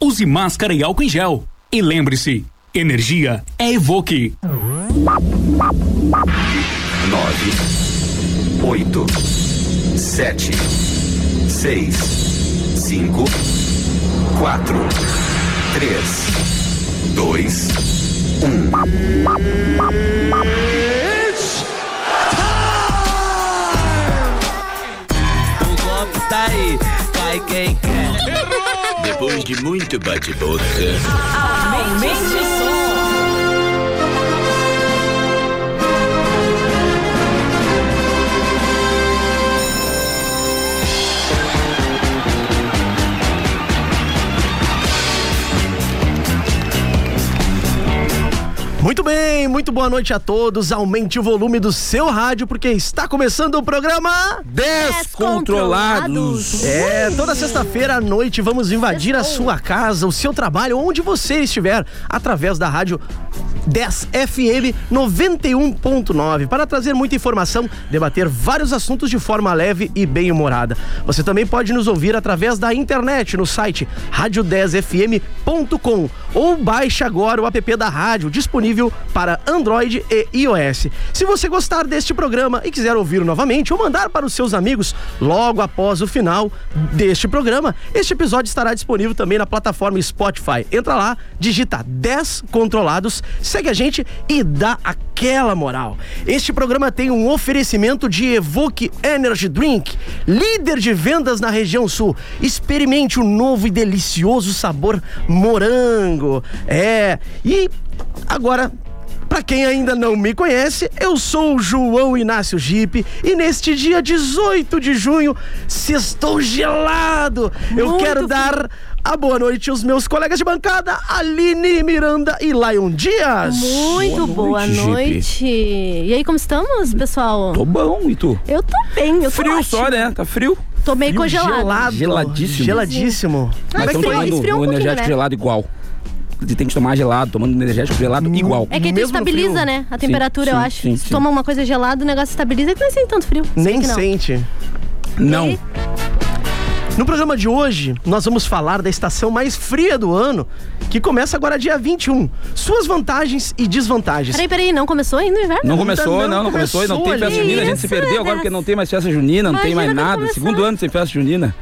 use máscara e álcool em gel. E lembre-se, energia é Evoque. 9, 8, 7, 6, 5, 4, 3, 2, 1. tá aí, vai quem quer. Depois de muito bate-boca. Aumente o som. Muito bem, muito boa noite a todos. Aumente o volume do seu rádio porque está começando o programa Descontrolados. É, toda sexta-feira à noite vamos invadir a sua casa, o seu trabalho, onde você estiver, através da rádio 10 FM 91.9 para trazer muita informação, debater vários assuntos de forma leve e bem-humorada. Você também pode nos ouvir através da internet no site radio10fm.com ou baixe agora o app da rádio disponível para Android e iOS. Se você gostar deste programa e quiser ouvir novamente ou mandar para os seus amigos logo após o final deste programa, este episódio estará disponível também na plataforma Spotify. Entra lá, digita 10 controlados, segue a gente e dá aquela moral. Este programa tem um oferecimento de Evoque Energy Drink, líder de vendas na região sul. Experimente o novo e delicioso sabor morango. É, e agora Pra quem ainda não me conhece, eu sou o João Inácio Gipe e neste dia 18 de junho, sextou gelado. Eu Muito quero frio. dar a boa noite aos meus colegas de bancada, Aline Miranda e Lion Dias. Muito boa noite, E aí, como estamos, pessoal? Tô bom, e tu? Eu tô bem, eu tô frio ótima. só, né? Tá frio? Tô meio Frio, congelado. gelado. Geladíssimo. Geladíssimo. Mas Mas estamos esfriou- tomando esfriou um um pouquinho, energético né? gelado igual. Você tem que tomar gelado, tomando um energético gelado igual. É que aí tu estabiliza, né? A Sim, temperatura, eu sim, acho. sim, Se sim. toma uma coisa gelada, o negócio estabiliza e tu não sente tanto frio. Sei Nem que não. sente. Não. No programa de hoje, nós vamos falar da estação mais fria do ano, que começa agora dia 21. Suas vantagens e desvantagens. Peraí, peraí, não começou ainda o inverno? Não começou, não, não começou. e Não tem começou, festa Aline. junina, a gente se Isso, perdeu agora porque não tem mais festa junina, não tem Imagina mais quando nada. Segundo ano sem festa junina.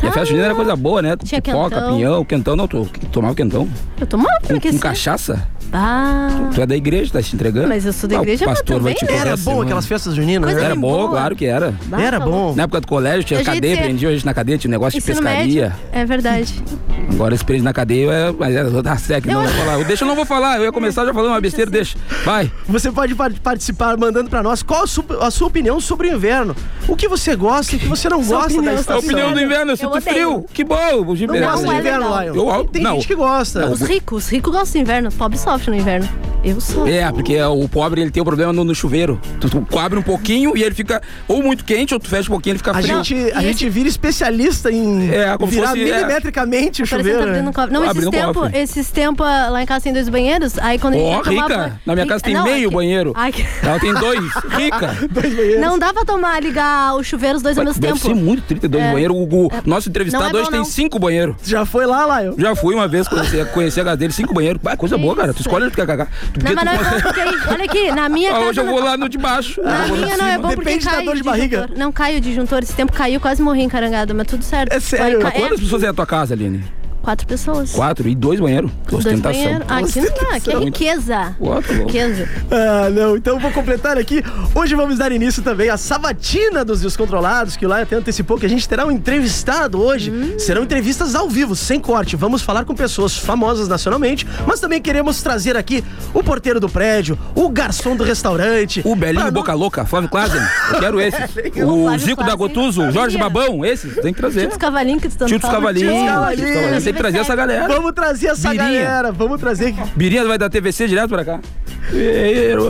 E a festa junina era coisa boa, né? Tinha Pipoca, quentão. pinhão, quentão não, tu tomava quentão. Eu tomava pra Com, com aquecer. cachaça? Ah, Tu é da igreja, tá se entregando? Mas eu sou da Ah, o igreja, mas pastor vai também, te né? cobrar Era essa boa semana. aquelas festas juninas, Coisa Era bem bom, boa. claro que era. Bah, Era tá bom. louco. Na época do colégio tinha A gente cadeia, é- prendia a gente na cadeia, tinha um negócio de ensino pescaria. médio. É verdade. Agora esse preso na cadeia, é- mas era outra série, não vou falar. Eu- Deixa, eu não vou falar, eu ia começar já falando uma besteira, deixa. Vai. Você pode par- participar mandando pra nós qual a su- a sua opinião sobre o inverno. O que você gosta e o que você não Sua gosta opinião, da sua assim, estação. opinião do inverno, eu Eu sinto odeio. frio. Que bom. o Não inverno. gosta de Não é inverno, legal. Lion. Eu- Tem não. gente que Tá gosta. Os ricos, os ricos gostam do inverno. Os pobres sofrem no inverno. Eu sou. É, porque o pobre ele tem o problema no, no chuveiro. Tu, tu abre um pouquinho e ele fica ou muito quente, ou tu fecha um pouquinho ele fica A frio. gente, a gente vira especialista em É, como virar fosse, é. milimetricamente o Parece que tá chuveiro. abrindo um né? cofre. Não, esses tempos, esses tempo, ah, lá em casa tem dois banheiros, aí quando a gente Ó, ia tomar rica. banho- Na minha Rica- casa tem não, é meio aqui- banheiro. aqui- Ela tem dois, rica. Dois banheiros. Não dá pra tomar, ligar o chuveiro os dois ao Mas mesmo deve tempo. ser muito 32 É. banheiros. O, o É. nosso Não é entrevistado bom, hoje tem não. cinco banheiros. Já foi lá, Lion? Já fui uma vez conhecer, conhecer a casa dele, cinco banheiros. Ah, coisa boa, cara. Tu escolhe onde tu quer cagar. Tu- Não, porque mas não tu é bom, consegue- porque aí, olha aqui, na minha Ah, casa. hoje eu não- vou lá no de baixo. Na eu vou no minha de não é cima. bom porque cai o disjuntor. Não cai o disjuntor. Esse tempo caiu, quase morri encarangada, mas tudo certo. É Sério? Mas quantas pessoas é a tua casa, Aline? Quatro pessoas. Quatro e dois banheiros. Dois Ostentação. banheiros. Ah, Aqui não, aqui é Ostentação. riqueza. Ó, tá bom. Riqueza. Ah, não. Então vou completar aqui. Hoje vamos dar início também à sabatina dos descontrolados, que o Laia até antecipou que a gente terá um entrevistado hoje. Hum. Serão entrevistas ao vivo, sem corte. Vamos falar com pessoas famosas nacionalmente, mas também queremos trazer aqui o porteiro do prédio, o garçom do restaurante. O Belinho Boca Louca, Flávio Klazen, eu quero esse. O É Flávio Zico da Klazen. Gotuso, o Jorge Babão, esse, tem que trazer. Tio dos cavalinhos que tu tanto É. Tio dos fala. Cavalinhos, Tio dos Tio dos Cavalinhos. Tem que trazer essa galera. Vamos trazer essa Birinha. galera, vamos trazer Birinha vai da TVC direto pra cá.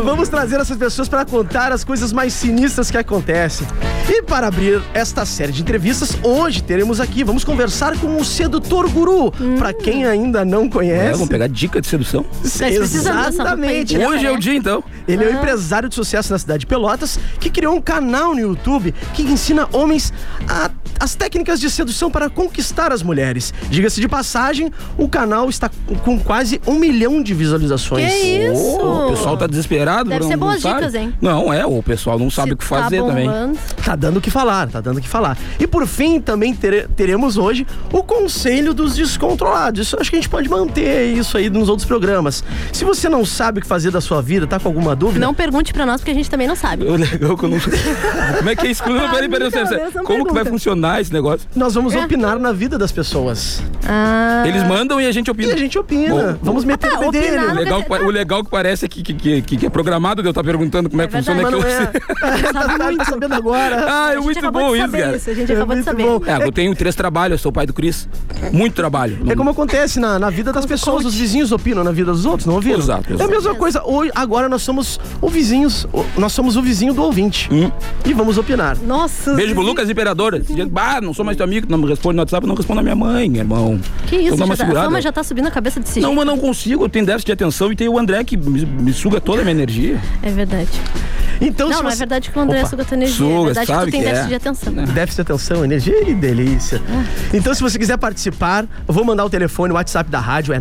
Vamos trazer essas pessoas para contar as coisas mais sinistras que acontecem. E para abrir esta série de entrevistas, hoje teremos aqui, vamos conversar com o sedutor guru. Pra quem ainda não É, conhece, vamos pegar dica de sedução. precisamos dessa Exatamente. roupa aí, Hoje é o dia, então. Ele é um empresário de sucesso na cidade de Pelotas que criou um canal no YouTube que ensina homens a- as técnicas de sedução para conquistar as mulheres. Diga-se de de passagem, o canal está com quase um milhão de visualizações. Que isso? O pessoal tá desesperado. Deve não, ser não boas sabe. dicas, hein? Não, é, o pessoal não sabe Se o que fazer tá também. bombando. Tá dando o que falar, tá dando o que falar. E por fim, também tere- teremos hoje o Conselho dos Descontrolados. Isso acho que a gente pode manter isso aí nos outros programas. Se você não sabe o que fazer da sua vida, tá com alguma dúvida, Não pergunte pra nós, porque a gente também não sabe. O legal que eu não... Como é que é isso? Não, peraí, peraí, Meu você- você- Deus, não Como que vai pergunta. funcionar esse negócio? nós vamos É. opinar na vida das pessoas. Ah, Eles mandam e a gente opina. E a gente opina. Bom. Vamos meter Ah, o opinar O bedelho. não- legal, que pa- o legal que parece que, que, que, que é programado de eu estar perguntando como é, É que funciona verdade. é que eu sei. Tá, tá sabendo agora. Ah, é a gente muito acabou bom de isso, saber cara. A gente acabou de muito saber. bom. É, eu tenho três trabalhos, eu sou o pai do Cris. Muito trabalho. É como acontece na, na vida das pessoas. Os vizinhos opinam na vida dos outros, não ouviram? Exato, É a exato. mesma coisa. Hoje, agora nós somos o vizinhos, o- nós somos o vizinho do ouvinte. Hum. E vamos opinar. Nossa. Beijo pro Lucas Imperador. Esse dia, Bah, não sou mais teu amigo, não me responde no WhatsApp, não responde a minha mãe, irmão. Que Eu isso, dou uma já tá, a segurada. fama já tá subindo a cabeça desse Não, jeito. mas não consigo, eu tenho déficit de atenção e tem o André que me, me suga toda a minha energia. É verdade. Então, se Não, você... não é verdade que o André Opa. suga tua energia. assim. Suga, é verdade que sabe tu tem que é. déficit de atenção. Déficit de atenção, energia e delícia. É. Então, se você quiser participar, eu vou mandar o telefone, o WhatsApp da rádio é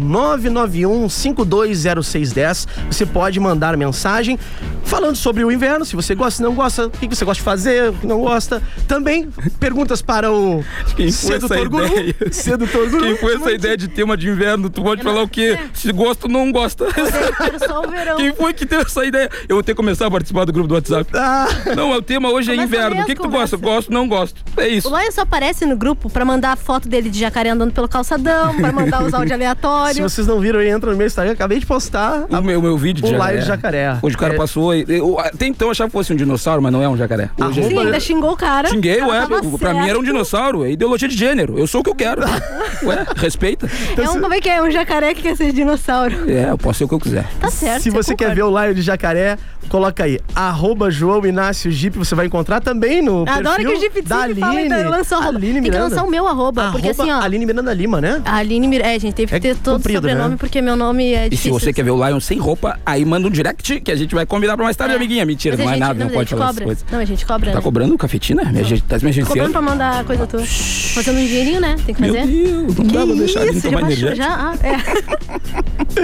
991-520610. Você pode mandar mensagem falando sobre o inverno, se você gosta, se não gosta, o que você gosta de fazer, o que não gosta. Também perguntas para o Quem foi essa sedutor guru. ideia? Sedutor guru. Quem foi essa ideia de tema de inverno? Tu pode falar o quê? Se gosta ou não gosta. Quero só o verão. Quem foi que deu essa ideia? Eu vou ter que começar a participar do grupo do WhatsApp. Ah, Não, o tema hoje é Começa inverno. O que, que mesmo, tu gosta? conversa. Gosto, não gosto. É O isso. Loia só aparece no grupo pra mandar a foto dele de jacaré andando pelo calçadão, pra mandar os áudios se aleatórios. vocês não viram aí, entra no meu Instagram, acabei de postar. O meu, meu vídeo O de jacaré. live jacaré. Onde o cara É. passou. e- Eu, até então eu achava que fosse um dinossauro, mas não é um jacaré. Hoje Arroba- Sim, ainda xingou o cara. é... Xinguei, o ué. Pra mim era um dinossauro. É ideologia de gênero. Eu sou o que eu quero. ué, respeita. É um, como é que é? Um jacaré que quer ser dinossauro. É, eu posso ser o que eu quiser. Tá certo. Se você quer ver o live de jacaré, coloca aí, arroba João Inácio Jeep, você vai encontrar também no Adoro perfil que o Jeep da City fala, Aline, então lançou arroba. Aline Tem que Miranda. lançar o meu arroba, porque Arroba assim, ó. Aline Miranda Lima, né? A Aline Miranda. É, gente, teve que É ter todo o comprido, sobrenome, né? porque meu nome é E se difícil. você quer ver o Lion sem roupa, aí manda um direct que a gente vai combinar pra mais tarde, É. amiguinha. Mentira, Mas a não é gente- nada, não mas a pode gente falar essas cobra. coisas. Não, a gente cobra. Tá né? cobrando cafetina? Minha gente, tá me Cobrando pra agenciando. mandar coisa tua. Fazendo um dinheirinho, né? Tem que Meu fazer. Deus, não dá pra Que deixar de isso, tomar já baixou, energético. já? Ah,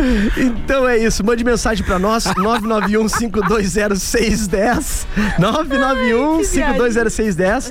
é. Então é isso, mande mensagem pra nós, 991-520610, 991-520610, dê a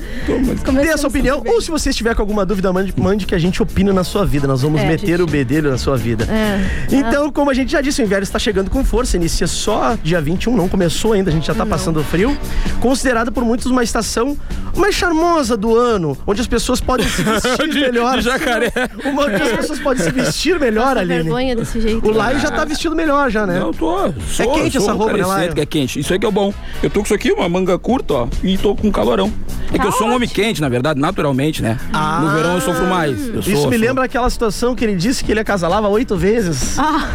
Começamos sua opinião, muito bem. ou se você estiver com alguma dúvida, mande, mande que a gente opina na sua vida, nós vamos É, meter gente. o bedelho na sua vida. É. Então, como a gente já disse, o inverno está chegando com força, inicia só dia 21, não começou ainda, a gente já está passando frio. Considerada por muitos uma estação mais charmosa do ano, onde as pessoas podem se vestir melhor. de jacaré. Uma, onde as pessoas podem se vestir melhor, Nossa, Aline. vergonha desse jeito. O Laio já tá vestido melhor já, né? Não, tô. Sou, quente sou essa um roupa, cara né, Laia? excêntrico, É quente. Isso aí que é o bom. Eu tô com isso aqui, uma manga curta, ó, e tô com calorão. É Tá que eu sou um homem quente, na verdade, naturalmente, né? Ah. no verão eu sofro mais. Eu sou- Isso me sou- lembra aquela situação que ele disse que ele acasalava oito vezes. Ah,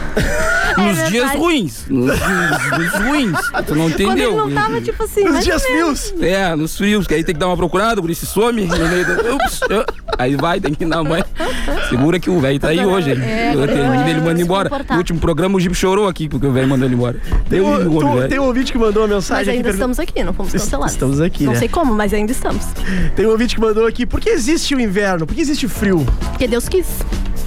Nos dias É verdade. ruins. Nos, nos- nos ruins. Tu não Quando entendeu? ele não tava, tipo assim, Nos mais dias ou menos. frios. É, nos frios, que aí tem que dar uma procurada, por isso some no meio do... Ups, eu- Aí vai, tem que ir na mãe. Segura que o velho tá aí hoje. hein? É, eu agora atendi, vai ele se manda embora. comportar. No último programa o Jeep chorou aqui, porque o velho mandou ele embora. Tem, Deu um- um tu- olho, velho. tem um ouvinte que mandou uma Mas mensagem aqui ainda perguntando. estamos aqui, não fomos cancelados. estamos aqui, Não né? sei como, mas ainda estamos. Tem um ouvinte que mandou aqui, por que existe o inverno? Por que existe o frio? Porque Deus quis.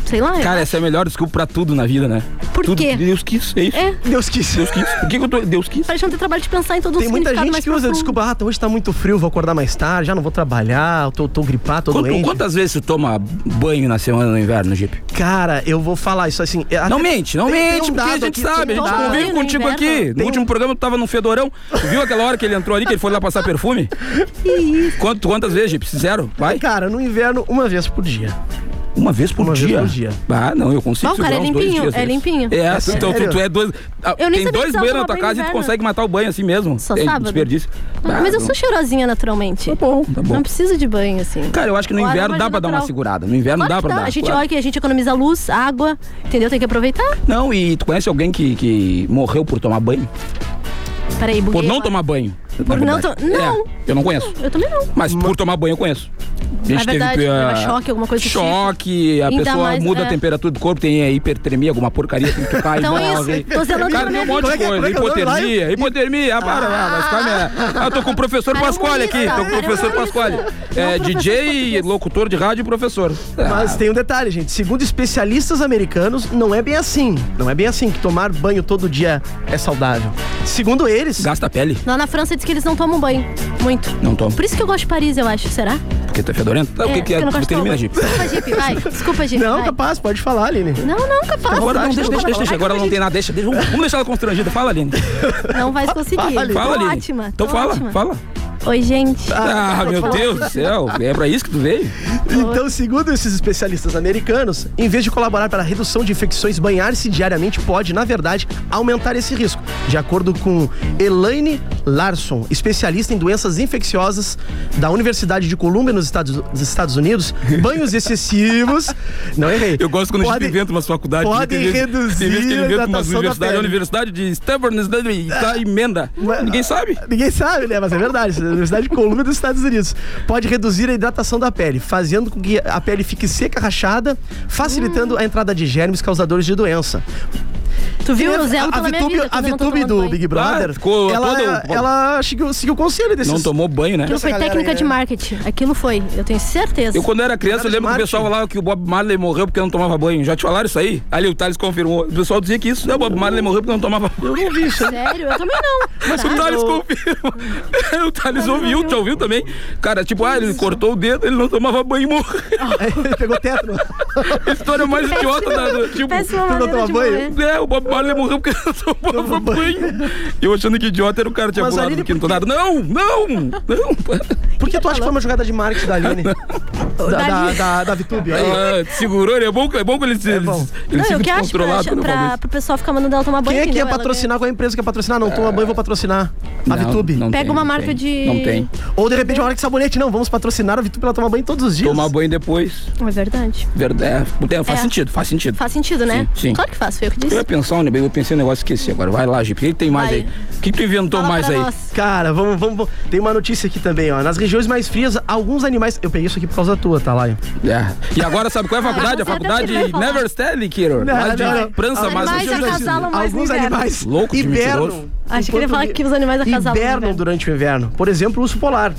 Sei um- lá. Cara, essa é a melhor desculpa pra tudo na vida, né? Por tudo, quê? Deus quis, é isso. É, Deus quis. Deus quis. Por que, que eu tô. Deus quis? pra gente não ter trabalho de pensar em todo um Tem muita significado gente mais que usa, profundo. desculpa, ah, tá- hoje tá muito frio, vou acordar mais tarde, já não vou trabalhar, tô, tô gripado, tô Quanto- doente. quantas vezes tu toma banho na semana no inverno, Jeep? Cara, eu vou falar isso assim. é- Não até- mente, não tem- tem mente, um porque a dado gente aqui, sabe, a tem um gente dado. convive no contigo inverno. aqui. No Tem um- último programa tu tava num fedorão. Tu viu aquela hora que ele entrou ali, que ele foi lá passar perfume? Quanto, quantas vezes, Jeep? Zero? Vai? Cara, no inverno, uma vez por dia. Uma vez por Uma vez dia. por dia. Ah, não, eu consigo Bom, segurar cara, é uns dois limpinho, dias, é né? limpinho. É, É então tu, sério? tu é dois. ah, Eu nem tem sabia que dois banhos precisava na tua tomar banho casa e no tu inverno. consegue matar o banho assim mesmo. Só é sábado. desperdício. Ah, Ah, Mas eu não. sou cheirosinha naturalmente. Tá bom, tá bom. Não preciso de banho, assim. Cara, eu acho que no Olha, inverno mas dá é pra dar uma natural. segurada. No inverno Claro dá que pra dá. dar. A gente claro. olha que a gente economiza luz, água, entendeu? Tem que aproveitar. Não, e tu conhece alguém que, que morreu por tomar banho? Peraí, buguei. Por não agora. tomar banho. Por não to- não. É, eu não conheço. Eu também não. Mas por tomar banho eu conheço. A gente É verdade, teve ah, leva choque, alguma coisa do tipo. Choque, a Ainda pessoa mais, muda é. a temperatura do corpo, tem é, hipertremia, alguma porcaria, tem que cair Então é isso, tô zelando Cara, tem pra um minha monte vida. de Como é coisa. que- como é que é o nome lá? hipotermia, hipotermia, ah, para, ah, vai ficar minha. Ah, eu tô com o professor Cara, é um Pasquale aqui, humorista, tô com o cara, é um professor humorista. Pasquale. Não, É, professor DJ, português. locutor de rádio e professor. Ah, Mas tem um detalhe, gente. Segundo especialistas americanos, não é bem assim. Não é bem assim que tomar banho todo dia é saudável. Segundo eles, Gasta a pele, Lá na França diz que eles não tomam banho. Muito. não toma, Por isso que eu gosto de Paris, eu acho. Será? porque tu é fedorento. Tá, o que, que porque eu não é? gosto de tomar Termina, banho. Jeep. Desculpa, Jeep. Vai. Desculpa, Jeep. não, vai. capaz, pode falar, Aline. Não, não, Agora não, capaz. Vai, deixa, desculpa. deixa, deixa, deixa. Ai, Agora ela não como tem nada, deixa, deixa. Vamos vamos deixar ela constrangida. Fala, Aline. a gente Não vai conseguir. Fala, Fala, Tô Aline. ótima. Então tô fala, ótima. fala. Oi, gente. Ah, meu Deus do céu, é pra isso que tu veio? Então, segundo esses especialistas americanos, em vez de colaborar para a redução de infecções, banhar-se diariamente pode, na verdade, aumentar esse risco. De acordo com Elaine Larson, especialista em doenças infecciosas da Universidade de Columbia, nos Estados, nos Estados Unidos, banhos excessivos. Não errei. Eu gosto quando a Podem- gente inventa umas faculdades. né? podem tem vezes- reduzir Tem vezes que ele a inventa umas datação da universidades. pele. A universidade de Stanford, nos Estados Unidos, e tá emenda. Mas- Ninguém sabe. Ninguém sabe, né? Mas é verdade. Isso é A Universidade de Colômbia dos Estados Unidos. Pode reduzir a hidratação da pele, fazendo com que a pele fique seca, rachada, facilitando a entrada de germes causadores de doença. Tu viu? Eu a, zelo a pela minha Vitube, vida. a quando eu não tô Vitube tomando do banho. Big Brother, Ah, ficou ela, todo- ela seguiu, seguiu o conselho desses... Não tomou banho, né? Aquilo foi galera técnica aí, de né? marketing. Aquilo foi. Eu tenho certeza. Eu, quando era criança, eu Nada de lembro que o pessoal marketing. falava que o Bob Marley morreu porque não tomava banho. Já te falaram isso aí? Ali o Thales confirmou. O pessoal dizia que isso, né? O Bob Marley morreu porque não tomava banho. Eu não vi isso. Sério? Eu também não. Tá? Mas O Thales confirmou. o Thales ouviu, te ouviu também. Cara, tipo, ah, ele cortou o dedo, ele não tomava banho e morreu. Ele Pegou tetro. A história mais idiota da. da- Tipo, Péssima não maneira toma de banho? morrer. É, o Bob Marley morreu porque não tomava banho. Eu achando que idiota era o cara que tinha Mas, pulado Aline, do quinto andar. Não, não, não. Por que tu acha que foi uma jogada de marketing da Aline? Da, da, da, da Vitube. Ah, segurou, ele é bom, é bom que ele se, Tá É bom. ele Não, se eu que acho pra, controlado quando eu falo pra, isso. pro pessoal ficar mandando ela tomar banho. Quem é que entendeu? ia Ela patrocinar? Qual é a empresa que ia patrocinar? Não toma banho, vou patrocinar. Não, A Vitube. não Pega tem, uma não marca tem. de- Não tem. Ou de repente uma hora que sabonete, não, vamos patrocinar a Vitube pra ela tomar banho todos os dias. Tomar banho depois. ganha. É verdade. Verdade. É, faz É. sentido, faz sentido. Faz sentido, né? Sim, sim. Claro que faz, foi eu que Eu disse. ia pensar, um negócio, eu pensei um negócio e esqueci agora. Vai lá, Gipe. O que que tem mais Vai. aí? O que que tu inventou Fala mais pra aí? nós. Cara, vamos, vamos, vamos- Tem uma notícia aqui também, ó. Nas regiões mais frias, alguns animais. Eu peguei isso aqui por causa da tua, tá, Laio? É. E agora sabe qual é a faculdade? eu a sei até faculdade o que ele vai falar. Never Stanley, Kiro. Lá de França, Mas Massachusetts. acasalam mais no Alguns inverno. animais Louco de hibernam. mentiroso. Acho que ele ia falar enquanto- que os animais acasalam no Hibernam inverno. durante o inverno. Por exemplo, o urso polar,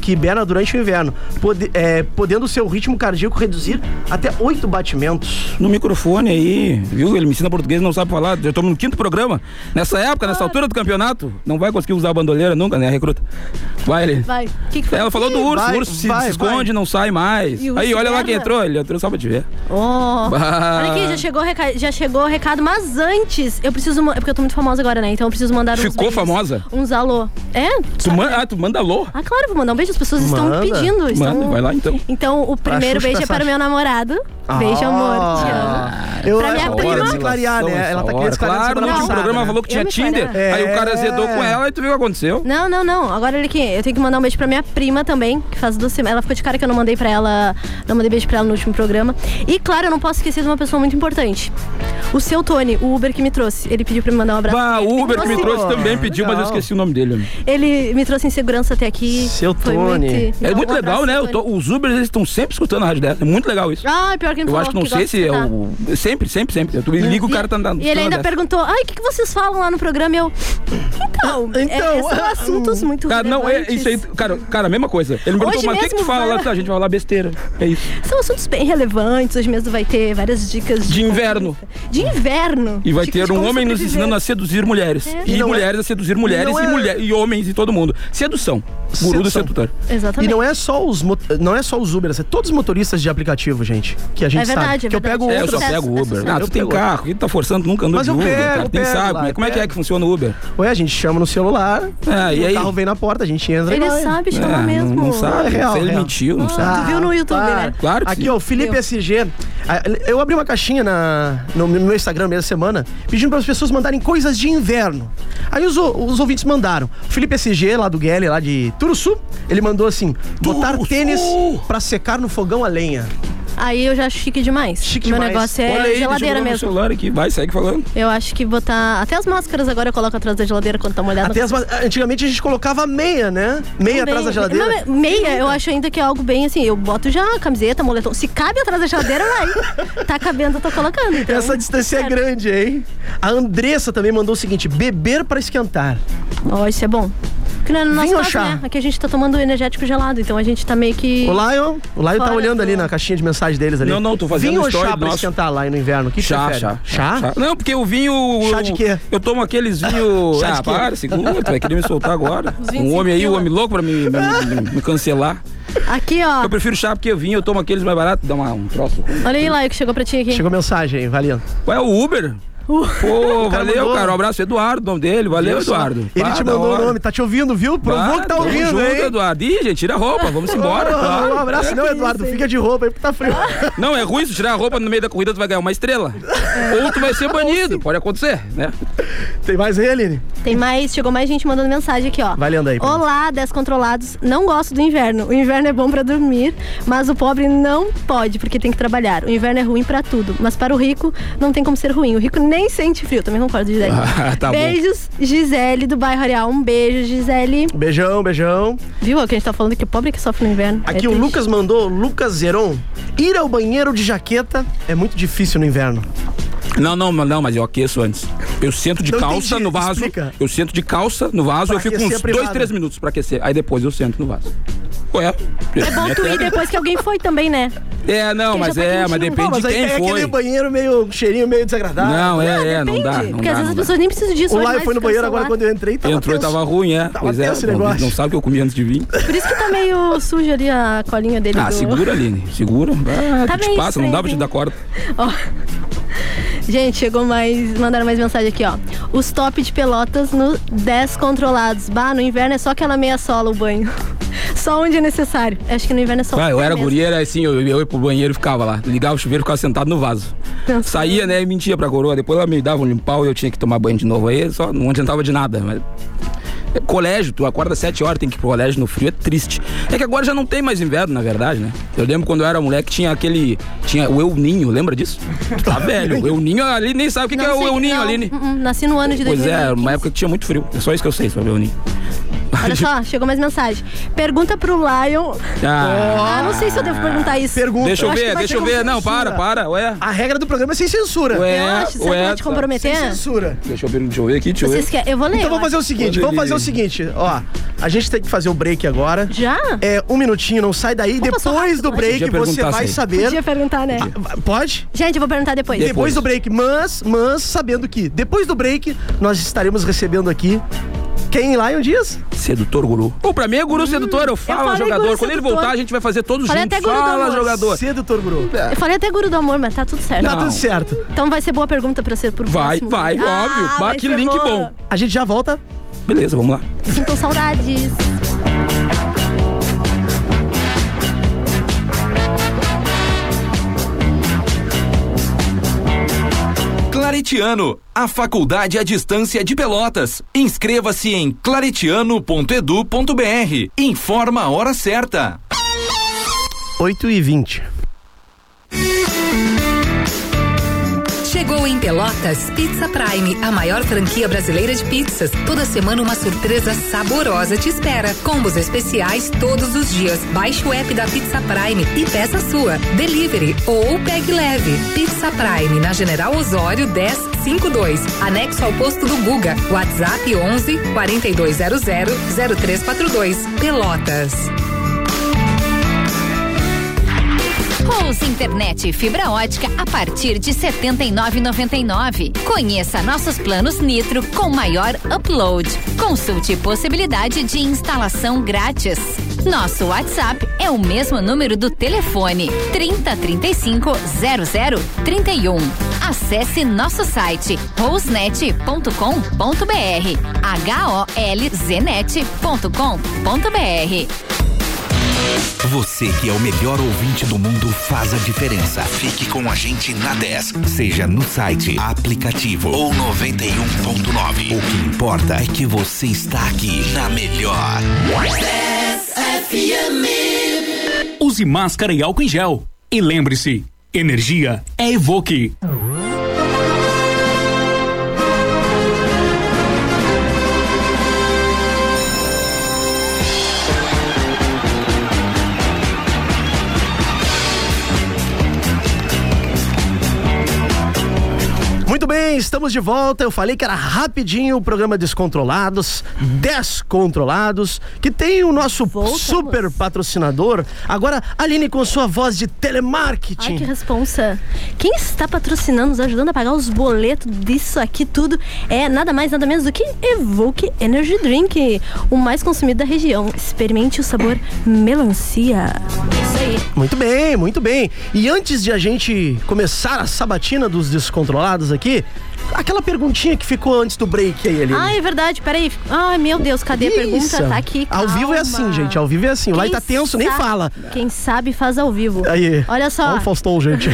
que hiberna durante o inverno, pode- é, podendo seu ritmo cardíaco reduzir até oito batimentos. no microfone aí, viu? Ele me ensina português e não sabe falar. Já estamos no quinto programa. Nessa época, Ah. nessa altura do campeonato, não vai conseguir usar a bandoleira nunca, né, recruta? Vai, ele. Vai. O que, que foi? Ela falou do urso, Vai, o urso se, vai, se esconde, não sai mais. E o Aí, urso olha lá quem guerra? entrou, ele entrou só pra te ver. Oh. Bah. Olha aqui, já chegou, o reca- já chegou o recado, mas antes, eu preciso. ma- É porque eu tô muito famosa agora, né? Então eu preciso mandar uns. Ficou beijos, famosa? Uns alô. É? Tu man- Ah, tu manda alô? Ah, claro, vou mandar um beijo. As pessoas Manda. Ah, estão pedindo. Estão... Manda, vai lá então. Então, o primeiro Xuxa beijo é essa- para o meu namorado. Beijo, amor. Te amo. Ah. Eu Pra minha acho que prima. ela queria clarear, né? Ela tá querendo esclarecer Claro, pra no semana último passada, programa né? falou que tinha Eu me Tinder. falei, ah. Aí o cara É. zedou com ela e tu viu o que aconteceu. Não, não, não. Agora olha aqui, eu tenho que mandar um beijo pra minha prima também, que faz duas semanas. Ela ficou de cara que eu não mandei pra ela. Não mandei beijo pra ela no último programa. E claro, eu não posso esquecer de uma pessoa muito importante. O seu Tony, o Uber que me trouxe. Ele pediu pra me mandar um abraço. Bah, Ele Ah, o Uber que me trouxe também pediu, mas eu legal. esqueci o nome dele. Ele me trouxe em segurança até aqui. Seu Foi Tony. Muito... É Não, muito um legal, abraço, né? seu Eu Tony. tô- os Ubers, eles estão sempre escutando a rádio dela. É muito legal isso. Ah, pior que ele me Eu falou acho que não sei gosta se de é escutar. o. Sempre, sempre, sempre. Eu ligo o cara tá andando. E ele ainda pergunta. perguntou, ai, o que, que vocês falam lá no programa? E Eu, então, é- Então, são ah, assuntos muito Cara, não, é relevantes. isso aí. Cara, cara, a mesma coisa. Ele me perguntou, Hoje mas o que, que mesmo tu fala vai- lá? Eu falei, "Ah, A gente vai falar besteira. É isso. São assuntos bem relevantes. Hoje mesmo vai ter várias dicas De inverno. De inverno. E vai Dicas ter de um Tipo, como homem nos sobreviver. ensinando a seduzir mulheres. É. E, E não é- mulheres a seduzir mulheres não e, é- mulher, e homens e todo mundo. Sedução. Guru do Sedução. sedutor. E Exatamente. não é só os mo- não é só os Uber, é todos os motoristas de aplicativo, gente. Que a gente É verdade, sabe. é que eu verdade. pego É, eu só sucesso, pego é Uber. sucesso. ah, tu Eu tem pego. carro, que tu tá forçando, tu nunca andou Mas de eu Uber, pego, cara. Tem pego sabe, lá, como é- eu como é que é pego. que funciona o Uber? Ué, a gente chama no celular, Ah, e o aí? carro vem na porta, a gente entra e É, Ele vai. sabe É, chamar não- mesmo. Não sabe. É real, Se ele real. mentiu, não Ah. sabe. Tu viu no YouTube, né? Claro que Aqui, sim. ó, o Felipe Viu. SG. Ah, Eu abri uma caixinha na, no meu Instagram mesmo semana, pedindo para as pessoas mandarem coisas de inverno. Aí os, o- os ouvintes mandaram. O Felipe SG, lá do Guelli, lá de Turuçu, ele mandou assim: botar Turuçu! tênis para secar no fogão a lenha. Aí eu já acho chique demais. Chique Meu demais. negócio é Olha aí, geladeira deixa eu botar no mesmo. celular aqui. Vai, segue falando. Eu acho que botar. Até as máscaras agora eu coloco atrás da geladeira quando tá molhada. Até as ma- antigamente a gente colocava meia, né? Meia Também. atrás da geladeira. Não, me- meia, eu acho ainda que é algo bem assim. Eu boto já camiseta, moletom. Se cabe atrás da geladeira, vai. tá cabendo, eu tô colocando. então. Essa distância é Sabe? grande, hein? A Andressa também mandou o seguinte: beber para esquentar. Ó, isso é bom. Porque não é no nosso Vinho ou caso, chá? né? Aqui a gente tá tomando energético gelado, então a gente tá meio que. O Lion, o Lion tá Fora olhando do- ali na caixinha de mensagem deles ali. Não, não, tô fazendo Vinho ou story chá pra nosso. esquentar lá no inverno? O que que Chá, prefere? chá, chá. Não, porque o vinho. Chá de quê? Eu tomo aqueles vinhos. Chá de ah, quê? para, segura, tu vai querer me soltar agora. Um 25 homem aí, um pila. homem louco pra me, me- me- me cancelar. Aqui, Ah. ó. Eu prefiro chá porque vinho, eu tomo aqueles mais baratos, dá uma, um troço. Olha aí, Laio, que chegou pra ti aqui. Chegou mensagem, hein, valendo. Ué, o Uber? Pô, Uh, cara valeu, mandou. cara. Um abraço, Eduardo, o nome dele. Valeu, Eduardo. Ele Pá, te da mandou o hora. nome, tá te ouvindo, viu? Provou Pá, que tá tamo ouvindo, junto, hein? Eduardo. Ih, gente, tira a roupa, vamos embora. Ah, Um claro. É É. abraço, não, Eduardo. Fica de roupa aí porque tá frio. Não, é ruim se tirar a roupa no meio da corrida, tu vai ganhar uma estrela. Ou tu vai ser banido, pode acontecer, né? Tem mais aí, Aline? Tem mais, chegou mais gente mandando mensagem aqui, ó. Vai lendo aí, pra mim. Olá, descontrolados. Não gosto do inverno. O inverno é bom pra dormir, mas o pobre não pode porque tem que trabalhar. O inverno é ruim pra tudo, mas para o rico não tem como ser ruim. O rico nem sente frio, também concordo, Gisele. Ah, tá bom. Beijos, Gisele do bairro Areal. Um beijo, Gisele. Um Beijão, beijão. Viu o que a gente tá falando que o pobre que sofre no inverno. Aqui É o triste. Lucas mandou, Lucas Zeron. Ir ao banheiro de jaqueta é muito difícil no inverno. Não, não, mas- não, mas eu aqueço antes. Eu sento de Não calça entendi, no vaso. explica. Eu sento de calça no vaso, Pra eu fico aquecer uns a privada. dois, três minutos pra aquecer. Aí depois eu sento no vaso. Ué. É bom tu ir depois que alguém foi também, né? É, não, Porque mas já tá é, mas quentinho. depende Não, Ah, Mas de aí quem tem aquele foi. banheiro meio, um cheirinho meio desagradável. né? Não, é, é, não né? Depende, dá. Não porque dá, às vezes não as dá. pessoas nem precisam disso. O hoje Laio mais foi no banheiro descansa agora lá. quando eu entrei. Tava Entrou e tenso. tava ruim, é. Tava Pois é, tenso o não, Tá, negócio. não sabe o que eu comi antes de vir. Por isso que tá meio sujo ali a colinha dele. Ah, do- segura, Aline, segura. Ah, Tá tu te meio passa, não dá pra te estranho. dar corda. Ó. Gente, chegou mais. Mandaram mais mensagem aqui, ó. Os top de pelotas no descontrolados. Bah, no inverno é só aquela meia sola o banho. Só onde é necessário. Acho que no inverno é só. Ah, eu era mesmo. guria, era assim, eu, eu ia pro banheiro e ficava lá. Ligava o chuveiro e ficava sentado no vaso. Pensando. Saía, né, e mentia pra coroa. Depois ela me dava um limpau e eu tinha que tomar banho de novo. Aí só não adiantava de nada. Mas... É Colégio, tu acorda às 7 horas, tem que ir pro colégio no frio, é triste. É que agora já não tem mais inverno, na verdade, né? Eu lembro quando eu era moleque, tinha aquele. Tinha o Euninho, lembra disso? Tu tá velho. O Euninho ali nem sabe o que, que Não é o sei, Euninho, não. Aline. Hum, hum, nasci no ano de Pois é, 2015. uma época que tinha muito frio. É só isso que eu sei sobre o Euninho. Olha só, chegou mais mensagem. Pergunta pro Lion. Ah, Ah, não sei se eu devo perguntar isso. Pergunta. deixa eu acho que ver, vai deixa ter eu ver. Não, censura. para, para. Ué. A regra do programa é sem censura. Ué, Eu acho, será que ué. vai te comprometer? Sem censura. Deixa eu ver, deixa eu ver aqui, deixa eu ver. Vocês querem? Eu vou ler. né? Um Então vamos eu fazer o seguinte, Poderia. vamos fazer o seguinte, ó. A gente tem que fazer o break agora. acho. Já? É, um minutinho, não sai daí. passou Depois rápido, do né? break, Podia você perguntar vai se- saber. Podia perguntar, né? Pode? Gente, eu vou perguntar depois. Depois do break, mas, mas sabendo que depois do break, nós estaremos recebendo aqui. Quem lá em um dias? Sedutor guru. Pô, pra mim é guru sedutor, eu falo Hum, falei jogador. guru Quando ele sedutor. voltar, a gente vai fazer todos Falei juntos. até guru do Fala, amor. jogador. Sedutor Guru. Eu falei até guru do amor, mas tá tudo certo. Tá Não. tudo certo. Então vai ser boa pergunta pra você pro Vai, próximo. vai, Ah, óbvio. Bah, vai que ser link boa. bom. A gente já volta. Beleza, vamos lá. Sintam saudades. Claretiano, a faculdade à distância de Pelotas. Inscreva-se em claretiano.edu.br. Informa a hora certa. 8 e 20 Chegou em Pelotas Pizza Prime, a maior franquia brasileira de pizzas. Toda semana uma surpresa saborosa te espera. Combos especiais todos os dias. Baixe o app da Pizza Prime e peça a sua. Delivery ou pegue leve. Pizza Prime na General Osório 1052, anexo ao posto do Guga. WhatsApp 11 4200 0342. Pelotas. Rose Internet Fibra Ótica a partir de R$ 79,99. Conheça nossos planos Nitro com maior upload. Consulte possibilidade de instalação grátis. Nosso WhatsApp é o mesmo número do telefone 3035 0031. Acesse nosso site rosenet.com.br holznet.com.br Você que é o melhor ouvinte do mundo faz a diferença. Fique com a gente na 10, seja no site, aplicativo ou 91.9. O que importa é que você está aqui na melhor. Use máscara e álcool em gel. E lembre-se, energia é Evoque. Muito bem, estamos de volta. Eu falei que era rapidinho o programa Descontrolados, Descontrolados, que tem o nosso super patrocinador. Agora, Aline, com sua voz de telemarketing. Ai, que responsa. Quem está patrocinando, nos ajudando a pagar os boletos disso aqui tudo é nada mais, nada menos do que Evoque Energy Drink, o mais consumido da região. Experimente o sabor melancia. Isso aí. Muito bem, muito bem. E antes de a gente começar a sabatina dos descontrolados aqui, aquela perguntinha que ficou antes do break aí, Aline. Ah, é verdade, peraí. Ai, meu Deus, cadê a Isso. pergunta? Tá aqui. Ao vivo é calma. assim, gente. Ao vivo é assim. Lá tá tenso, nem sabe- fala. Quem sabe faz ao vivo. Aí. Olha só. Olha o Faustão, gente.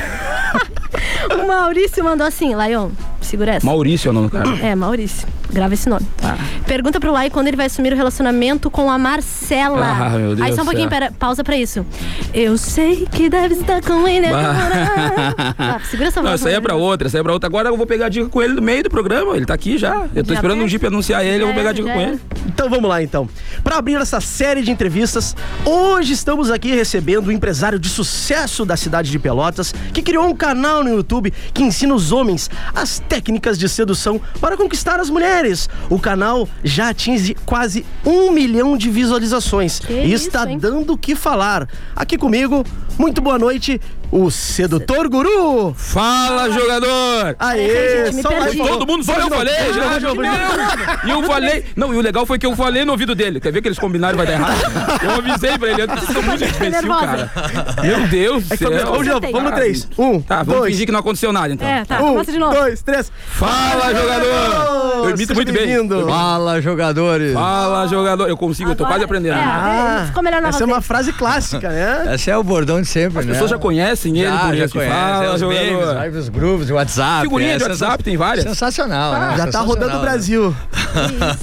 O Maurício mandou assim, Lion, segura essa. Maurício é o nome do cara. É, Maurício. Grava esse nome. Tá. Pergunta pro Lai quando ele vai assumir o relacionamento com a Marcela. Ah, meu Deus Aí só do um pouquinho, céu. pera, pausa pra isso. Eu sei que deve estar com ele agora. Ah, segura essa Não, voz, essa aí é Rogério. pra outra, essa aí é pra outra. Agora eu vou pegar a dica com ele no meio do programa, ele tá aqui já. Eu tô Já esperando pega? o Jeep anunciar ele, eu vou Já pegar a era, dica É, já com era. ele. Então vamos lá então. Para abrir essa série de entrevistas, hoje estamos aqui recebendo um empresário de sucesso da cidade de Pelotas, que criou um canal no YouTube que ensina os homens as técnicas de sedução para conquistar as mulheres. O canal já atinge quase um milhão de visualizações e isso, está hein? dando o que falar. Aqui comigo, muito boa noite, o sedutor guru. Fala, jogador! Aê, gente, me só mais perdi. um. Todo mundo foi, Vai eu de novo, falei, vai já. de novo, vai de novo. E eu falei. Não, e o legal foi que eu falei no ouvido dele. Quer ver que eles combinaram e vai dar errado? Eu avisei pra ele, eu disse, "Vocês são muito gente, tô imbecil, nervosa." cara. Meu Deus do É que também- céu. Vamos de novo, vamos no três. Um, Tá, vamos dois, fingir que não aconteceu nada, então. É, tá, um, começa de novo. dois, três. Fala, jogador! Eu imito Seja muito bem. bem-vindo. Eu- Fala, jogadores! Fala, jogador! Eu consigo, eu tô Agora- quase aprendendo. É, Ah, ficou melhor na Essa é voz uma dele. frase clássica, né? Esse é o bordão de sempre, As né? pessoas já conhecem ele já, por já isso. conhecem, é, Fala, os memes, jogador! live, os grooves, o WhatsApp. Figurinha é de sensa- WhatsApp, tem várias. Sensacional, né? Já tá Sensacional, rodando o né? Brasil.